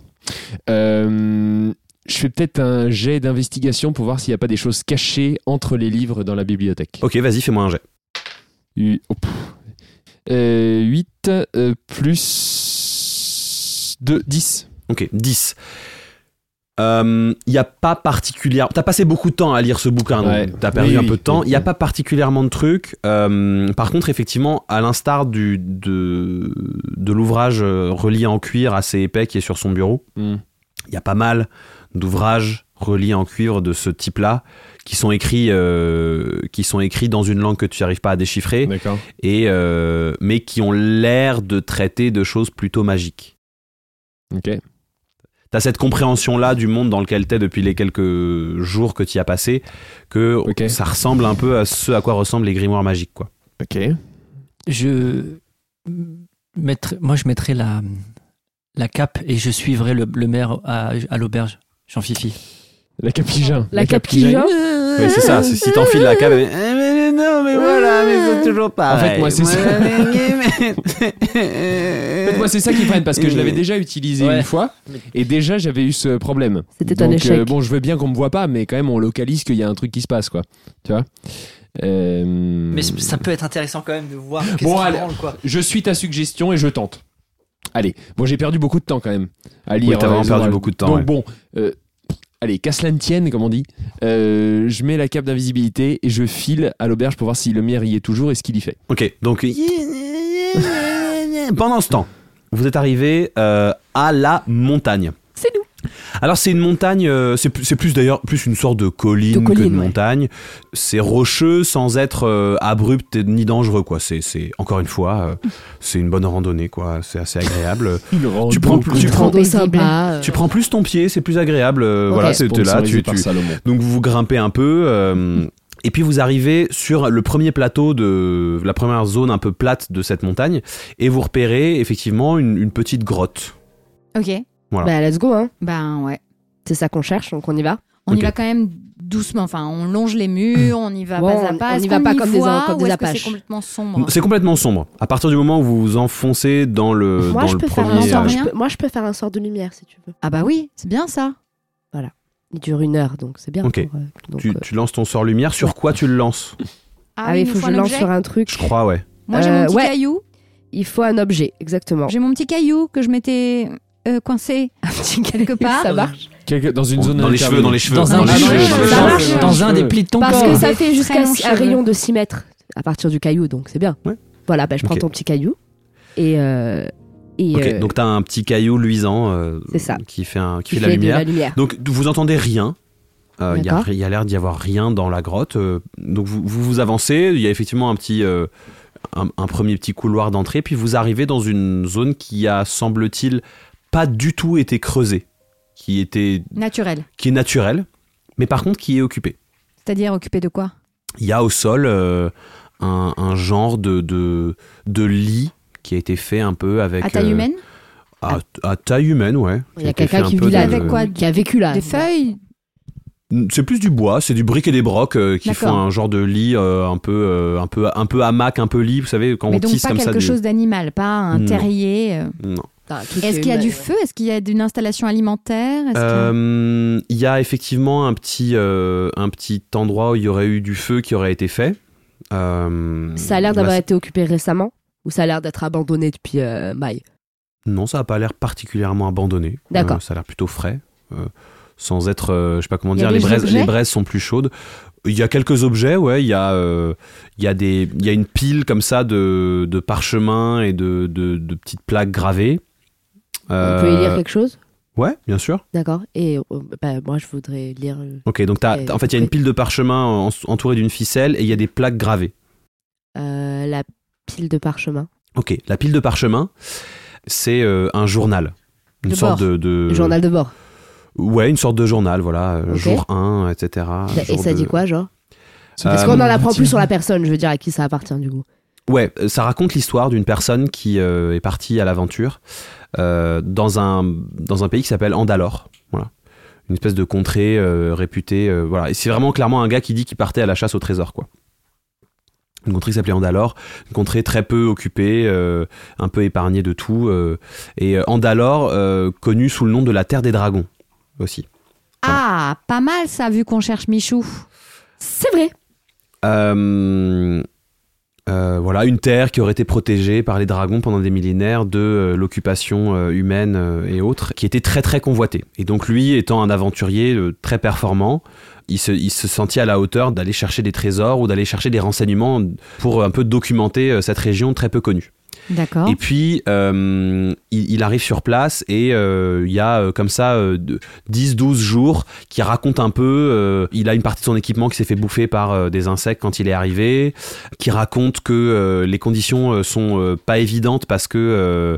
Euh, je fais peut-être un jet d'investigation pour voir s'il n'y a pas des choses cachées entre les livres dans la bibliothèque.
Ok, vas-y, fais-moi un jet.
8 plus 2, 10.
Ok, 10. Euh, Il n'y a pas particulièrement. T'as passé beaucoup de temps à lire ce bouquin, donc
Ouais.
t'as perdu
Oui,
un
oui,
peu de temps.
oui,
Il n'y a
oui.
pas particulièrement de trucs. Euh, par contre, effectivement, à l'instar du de, de l'ouvrage euh, relié en cuir assez épais qui est sur son bureau,
Mm.
il y a pas mal d'ouvrages reliés en cuivre de ce type-là qui sont écrits euh, qui sont écrits dans une langue que tu n'arrives pas à déchiffrer
D'accord.
et euh, mais qui ont l'air de traiter de choses plutôt magiques.
Ok.
T'as cette compréhension-là du monde dans lequel t'es depuis les quelques jours que t'y as passé, que
Ok.
ça ressemble un peu à ce à quoi ressemblent les grimoires magiques, quoi.
Ok.
Je mettrai- moi, je mettrai la, la cape et je suivrai le, le maire à, à l'auberge, Jean-Fifi.
La capigin.
La euh, cape qui gêne.
Oui, c'est ça, c'est- si t'enfiles la cave. Mais, Eh, mais non, mais voilà, mais c'est toujours pas.
En fait, moi, c'est
*laughs*
ça. En fait, moi,
ça.
c'est ça qui freine parce que je l'avais déjà utilisé
Ouais.
une fois et déjà j'avais eu ce problème.
C'était un
Donc,
échec.
euh, bon, je veux bien qu'on me voit pas, mais quand même, on localise qu'il y a un truc qui se passe, quoi. Tu vois Euh,
Mais ça peut être intéressant quand même de voir qu'est-ce
Bon,
qui
allez.
branle, quoi.
Je suis ta suggestion et je tente. Allez, bon, j'ai perdu beaucoup de temps quand même à lire.
Oui, t'as
euh,
vraiment
les
perdu
ouvrages.
beaucoup de temps.
Donc
ouais.
bon, euh, allez, qu'à cela ne tienne, comme on dit. Euh, je mets la cape d'invisibilité et je file à l'auberge pour voir si le mien y est toujours et ce qu'il y fait.
Ok,
*laughs*
donc. Pendant ce temps, vous êtes arrivé euh, à la montagne.
C'est nous.
Alors, c'est une montagne, euh, c'est plus, c'est plus d'ailleurs plus une sorte de colline,
De
que de
colline, ouais.
montagne. C'est rocheux sans être euh, abrupt et- ni dangereux, quoi. C'est, c'est- encore une fois, euh, c'est une bonne randonnée, quoi. C'est assez
*laughs*
agréable. tu, prends, plus- tu, prends,
Trop
Paisible.
sympa.
euh.
tu prends plus ton pied, c'est plus agréable. euh,
Ok.
Voilà, c'était là. Tu, tu, donc vous vous grimpez un peu. euh, et puis vous arrivez sur le premier plateau de la première zone un peu plate de cette montagne et vous repérez effectivement une, une petite grotte.
Ok,
Voilà.
Bah, let's go, hein.
ben ouais.
C'est ça qu'on cherche, donc on y va.
On
Ok.
y va quand même doucement. Enfin, on longe les murs, on y va
Bon,
pas à
on-
pas.
on
Est-ce
y va
qu'on
pas comme des-
voit
comme
ou
des
est-ce que
apaches.
C'est complètement sombre.
C'est complètement sombre. À partir du moment où vous vous enfoncez dans le
moi,
dans
je
le
peux faire un
premier
sort.
euh,
je peux- moi, je peux faire un sort de lumière si tu veux.
Ah bah oui, c'est bien ça.
Il dure une heure, donc c'est bien.
Ok.
pour, euh, donc,
tu,
euh,
tu lances ton sort lumière sur quoi tu le lances
Ah,
Ah
oui,
oui,
il
il faut que
un
je lance
objet.
sur un truc.
Je crois ouais.
Moi, j'ai mon
Euh,
petit
ouais.
caillou.
Il faut un objet, exactement. *laughs*
J'ai mon petit caillou que je m'étais euh, coincé quelque part.
Ça marche.
dans une zone
Dans les cheveux, dans les cheveux,
Dans un,
dans les
des-
cheveux,
dans-
dans les
dans-
cheveux.
dans un des plis de ton
Parce
corps.
que ça fait
Très
jusqu'à
longs
un
cheveux.
rayon de 6 mètres à partir du caillou, donc c'est bien.
Ouais.
Voilà, bah, je prends
Ok.
ton petit caillou. Et. euh, et,
Ok,
euh,
donc t'as un petit caillou luisant euh,
C'est ça.
qui fait un qui
qui
fait de la
fait de
lumière.
la lumière.
Donc d- vous entendez rien. Euh, Il y a-
D'accord.
il y a, l'air d'y avoir rien dans la grotte. Euh, donc vous, vous vous avancez. Il y a effectivement un petit, euh, un, un premier petit couloir d'entrée. Puis vous arrivez dans une zone qui a, semble-t-il, pas du tout été creusée, qui était,
Naturel.
qui est naturelle, mais par contre qui est occupée.
C'est-à-dire occupé de quoi
Il y a au sol euh, un, un genre de, de de lit qui a été fait un peu avec
À taille
euh,
humaine
à, à taille humaine, ouais.
Il y a
été
quelqu'un
fait un
qui
peu
vit là,
de-
avec quoi
Qui a vécu là. bah.
Des feuilles
C'est plus du bois, c'est du brick et des brocs euh, qui
D'accord.
font un genre de lit euh, un peu euh, un peu un peu hamac, un peu lit, vous savez quand
Mais
on
donc
tisse
pas
comme ça.
quelque
du- Hmm.
chose d'animal, pas un
Non.
terrier. euh.
Non.
Enfin, un truc
Est-ce qu'il y a
humain,
du
ouais.
feu Est-ce qu'il y a d'une installation alimentaire Est-ce qu'il y a-
Euh, Il y a effectivement un petit euh, un petit endroit où il y aurait eu du feu qui aurait été fait. Euh,
Ça a l'air d'avoir
là,
été occupé récemment Ou ça a l'air d'être abandonné depuis euh, maille
Non, ça a pas l'air particulièrement abandonné.
D'accord.
Euh, ça a l'air plutôt frais, euh, sans être, euh, je sais pas comment
Il y a
dire, les
des
braises,
objets
les braises sont plus chaudes. Il y a quelques objets, ouais. Il y a, euh, il y a des, il y a une pile comme ça de, de parchemins et de, de, de petites plaques gravées.
On peut y lire
Euh,
quelque chose
Ouais, bien sûr.
D'accord. Et euh, bah, moi, je voudrais lire. euh,
Ok, donc t'as-
Ok,
en fait, il y a une
ok.
pile de parchemins en- entourée d'une ficelle et il y a des plaques gravées.
Euh, la pile de parchemin.
Ok, la pile de parchemins, c'est euh, un journal, une
De
sorte
bord.
de, de-
Le journal de bord.
Ouais, une sorte de journal, voilà, euh,
Ok.
jour 1, etc.
Et
jour
ça
deux.
dit quoi, genre
Euh,
Parce qu'on en apprend plus sur la personne, je veux dire, à qui ça appartient du coup.
Ouais, euh, ça raconte l'histoire d'une personne qui euh, est partie à l'aventure euh, dans, un, dans un pays qui s'appelle Andalor. Voilà. Une espèce de contrée euh, réputée. euh, voilà. Et c'est vraiment clairement un gars qui dit qu'il partait à la chasse au trésor, quoi. Une contrée qui s'appelait Andalor, une contrée très peu occupée, euh, un peu épargnée de tout. euh, et euh, Andalor, euh, connu sous le nom de la Terre des Dragons aussi.
Ah, pas mal ça, vu qu'on cherche Michou.
C'est vrai.
Euh, Euh, voilà, une terre qui aurait été protégée par les dragons pendant des millénaires de euh, l'occupation euh, humaine euh, et autres, qui était très très convoitée. Et donc lui, étant un aventurier euh, très performant, il se, il se sentit à la hauteur d'aller chercher des trésors ou d'aller chercher des renseignements pour euh, un peu documenter euh, cette région très peu connue.
D'accord.
Et puis, euh, il, il arrive sur place et euh, il y a euh, comme ça euh, de- 10-12 jours qui raconte un peu. euh, il a une partie de son équipement qui s'est fait bouffer par euh, des insectes quand il est arrivé, qui raconte que euh, les conditions euh, sont euh, pas évidentes parce que. euh,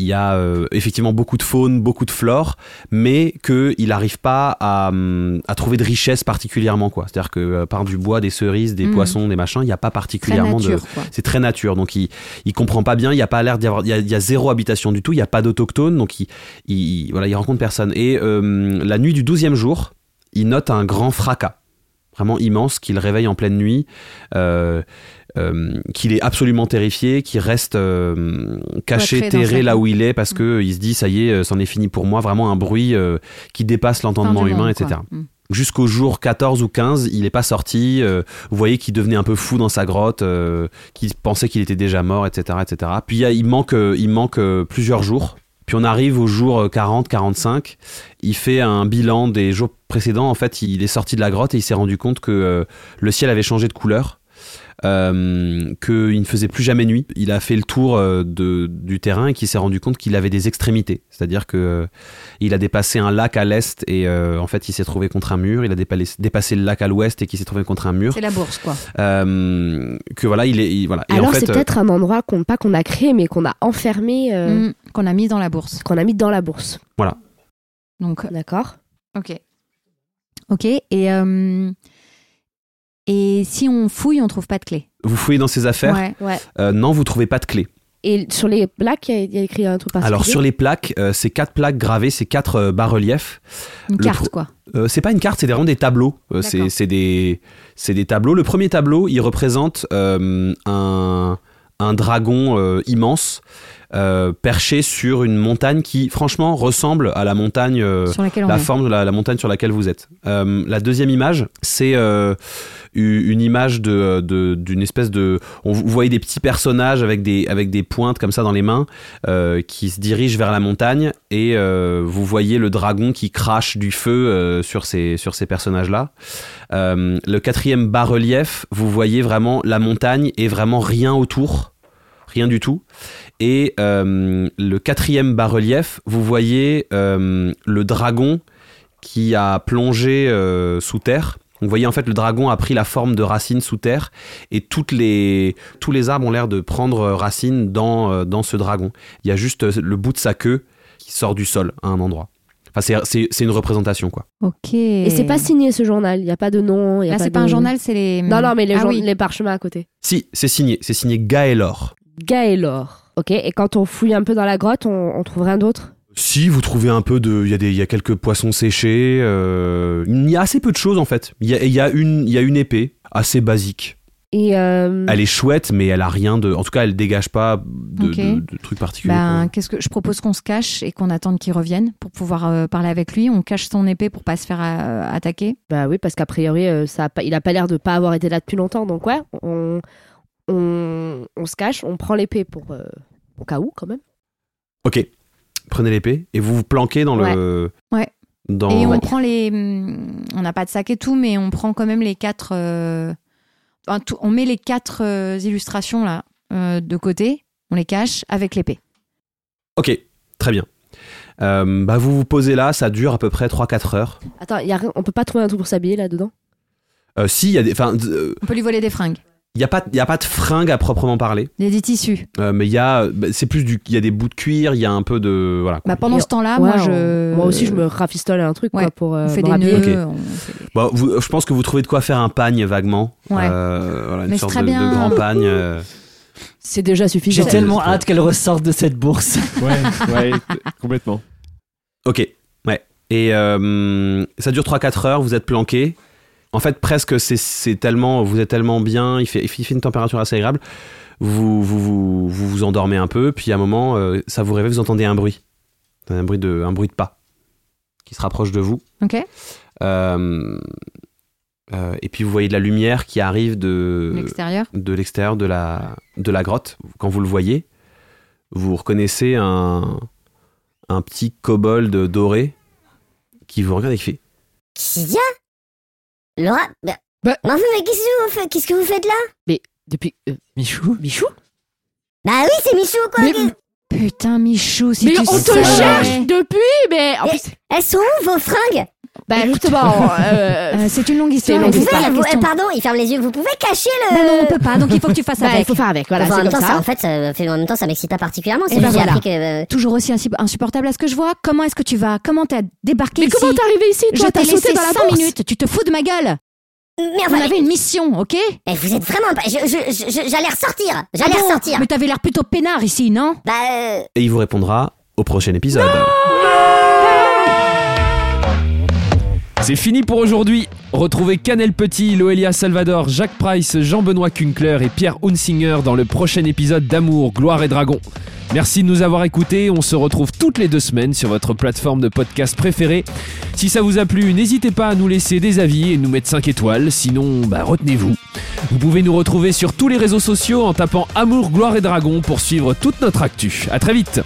il y a euh, effectivement beaucoup de faune, beaucoup de flore, mais qu'il n'arrive pas à, hum, à trouver de richesse particulièrement. quoi. C'est-à-dire que euh, par du bois, des cerises, des
Mhm.
poissons, des machins, il n'y a pas
Très
particulièrement de,
nature, quoi.
c'est très nature, donc il, il comprend pas bien, il y a pas l'air d'y avoir, il y, a- il y a zéro habitation du tout, il y a pas d'autochtones, donc il, il, voilà, il rencontre personne. Et euh, la nuit du 12e jour, il note un grand fracas, vraiment immense, qu'il réveille en pleine nuit, euh, euh, qu'il est absolument terrifié, qu'il reste euh, caché,
Cloîtré dans
terré
sa Mm.
là
tombe.
où il est, parce que il se dit, ça y est, euh, c'en est fini pour moi, vraiment un bruit euh, qui dépasse
Fin
l'entendement
du
humain,
monde,
etc.
quoi. Mm.
Jusqu'au jour 14 ou 15, il n'est pas sorti. euh, vous voyez qu'il devenait un peu fou dans sa grotte, euh, qu'il pensait qu'il était déjà mort, etc. etc. Puis il y a- il manque, euh, il manque euh, plusieurs jours. Puis on arrive au jour euh, 40, 45. Il fait un bilan des jours précédents. En fait, il est sorti de la grotte et il s'est rendu compte que euh, le ciel avait changé de couleur. Euh, qu'il ne faisait plus jamais nuit. Il a fait le tour euh, de, du terrain et qu'il s'est rendu compte qu'il avait des extrémités. C'est-à-dire que euh, il a dépassé un lac à l'est et euh, en fait il s'est trouvé contre un mur. Il a dépassé, dépassé le lac à l'ouest et qu'il s'est trouvé contre un mur.
C'est la bourse, quoi.
Euh, que voilà, il est. il- voilà. Et en
Alors
fait, euh,
c'est peut-être un endroit qu'on pas qu'on a créé mais qu'on a enfermé, euh,
Mm, Qu'on a mise dans la bourse.
qu'on a mis dans la bourse.
Donc,
D'accord.
ok. Ok. Et, euh, et si on fouille, on trouve pas de clé.
euh, vous fouillez dans ses affaires.
Ouais.
Ouais.
Euh, non, vous trouvez pas de clé.
Et sur les plaques, il y a- il y, a écrit un truc particulier.
Alors sur les plaques, euh, ces quatre plaques gravées, ces quatre euh, bas-reliefs,
Une
Le
carte,
trou-
quoi.
euh, c'est pas une carte, c'est vraiment des tableaux. Euh, c'est
D'accord.
c'est des, c'est des tableaux. Le premier tableau, il représente euh, un, un dragon euh, immense euh, perché sur une montagne qui, franchement, ressemble à la montagne. euh,
sur laquelle on
la
est.
forme de la, la montagne sur laquelle vous êtes. Euh, la deuxième image, c'est euh, u- une image de- de- d'une espèce de... On, vous voyez des petits personnages avec des, avec des pointes comme ça dans les mains euh, qui se dirigent vers la montagne et euh, vous voyez le dragon qui crache du feu euh, sur ces, sur ces personnages-là. Euh, le quatrième bas-relief, vous voyez vraiment la montagne et vraiment rien autour. Rien du tout. Et euh, le quatrième bas-relief, vous voyez euh, le dragon qui a plongé euh, sous terre. Vous voyez en fait le dragon a pris la forme de racines sous terre et toutes les, tous les arbres ont l'air de prendre euh, racine dans, euh, dans ce dragon. Il y a juste euh, le bout de sa queue qui sort du sol à un endroit. Enfin, c'est- c'est c'est une représentation quoi.
Ok.
Et c'est pas signé ce journal. Il y a pas de nom. il Y a
Là,
pas
c'est
de-
pas un journal, c'est les.
Non non mais les,
Ah
jour-
oui.
les parchemins à côté.
Si, c'est signé, c'est signé Gaelor.
Gaëlor. Ok. Et quand on fouille un peu dans la grotte, on, on trouve rien d'autre.
Si vous trouvez un peu de, il y a des, il y a quelques poissons séchés. euh, il y a assez peu de choses en fait. Il y a, il y a une, il y a une épée assez basique.
Et euh,
Mm.
Elle est chouette, mais elle a rien de, en tout cas, elle dégage pas de,
Ok.
de- de trucs particuliers.
euh.
Ben, qu'est-ce que je propose qu'on se cache et qu'on attende qu'il revienne pour pouvoir euh, parler avec lui. On cache son épée pour pas se faire euh, attaquer.
bah oui parce qu'a priori euh, ça a pas- il a pas l'air de pas avoir été là depuis longtemps. Donc ouais, on on, on se cache, on prend l'épée pour euh, au cas où quand même.
ok, prenez l'épée et vous vous planquez dans le.
Ouais.
Dans.
Et on prend les. hum, On n'a pas de sac et tout, mais on prend quand même les quatre. euh, enfin, tout- on met les quatre euh, illustrations là euh, de côté. On les cache avec l'épée.
Ok, très bien. Euh, bah vous vous posez là, ça dure à peu près 3-4 heures.
Attends, y a rien- on peut pas trouver un truc pour s'habiller là dedans.
Euh, si, il y a des, enfin, euh,
On peut lui voler des fringues,
il y a pas, il y a pas de fringues à proprement parler,
des, des tissus.
Euh, mais il y a, bah, c'est plus du, il y a des bouts de cuir, il y a un peu de, voilà.
Bah, pendant
Et-
ce temps-là,
Ouais,
moi
on-
je.
moi aussi je me rafistole un truc
Ouais,
quoi, pour euh,
On fait
me
des
rhabiller.
nœuds.
habiller.
on fait-
Bon, Bah, vous- euh, je pense que vous trouvez de quoi faire un pagne vaguement.
Ouais.
Euh, voilà, une
Mais c'est
sorte
très
de, de
bien.
grand pagne. euh.
C'est déjà
J'ai
suffisant.
Genre-
tellement
Ouais, c'est
hâte qu'elle ressorte de cette bourse.
Ouais, ouais, t- complètement.
Ok, ouais. Et euh, ça dure 3-4 heures, vous êtes planqué. En fait, presque, c'est- c'est tellement, vous êtes tellement bien, il fait, il fait une température assez agréable. Vous vous, vous, vous vous endormez un peu, puis à un moment, euh, ça vous réveille, vous entendez un bruit. Un bruit de, un bruit de pas qui se rapproche de vous.
Ok.
Euh, Euh, et puis vous voyez de la lumière qui arrive de,
L'extérieur
de l'extérieur de la, de la grotte. Quand vous le voyez, vous reconnaissez un, un petit kobold doré qui vous regarde et qui fait
Qui y a Laura bah,
Bah-
Mais enfin, mais qu'est-ce que vous faites, qu'est-ce que vous faites là
Depuis. euh,
Michou
Michou
Bah oui, c'est Michou, quoi
Mais,
qu'est-
Putain, Michou, si
mais
tu
on te
savais.
cherche depuis Mais en
Mais-
plus.
Elles sont où, vos fringues
Bah *laughs* justement. euh,
Euh, c'est une longue histoire.
C'est
Vous
une
mais c'est
longue
pouvez,
pas la
vous-
question.
euh, Pardon, il ferme les yeux, vous pouvez cacher le...
Bah non, on peut pas, donc il faut que tu fasses
euh, bah, il
avec.
faut faire avec, voilà,
Enfin, en
c'est
même temps,
comme
ça,
ça.
en fait, ça fait longtemps, ça m'excite pas particulièrement.
Eh
C'est
ben
que j'ai
voilà.
appris que... euh,
Toujours aussi insi- insupportable à ce que je vois. Comment est-ce que tu vas Comment t'as débarqué
Mais
ici
comment t'es arrivé ici
Je
Toi,
t'ai
t'as
laissé
sauté dans la
5
course.
minutes. Tu te fous de ma gueule.
Mais
On
enfin,
avait une mission, ok
mais eh, vous êtes vraiment pas... je- je- je- J'allais ressortir J'allais
Ah bon
ressortir
Mais t'avais l'air plutôt peinard ici, non
Bah, euh,
Et il vous répondra au prochain épisode.
C'est fini pour aujourd'hui. Retrouvez Canel Petit, Loelia Salvador, Jacques Price, Jean-Benoît Kunkler et Pierre Hunsinger dans le prochain épisode d'Amour, Gloire et Dragon. Merci de nous avoir écoutés. On se retrouve toutes les deux semaines sur votre plateforme de podcast préférée. Si ça vous a plu, n'hésitez pas à nous laisser des avis et nous mettre 5 étoiles. Sinon, bah, retenez-vous. Vous pouvez nous retrouver sur tous les réseaux sociaux en tapant Amour, Gloire et Dragon pour suivre toute notre actu. À très vite.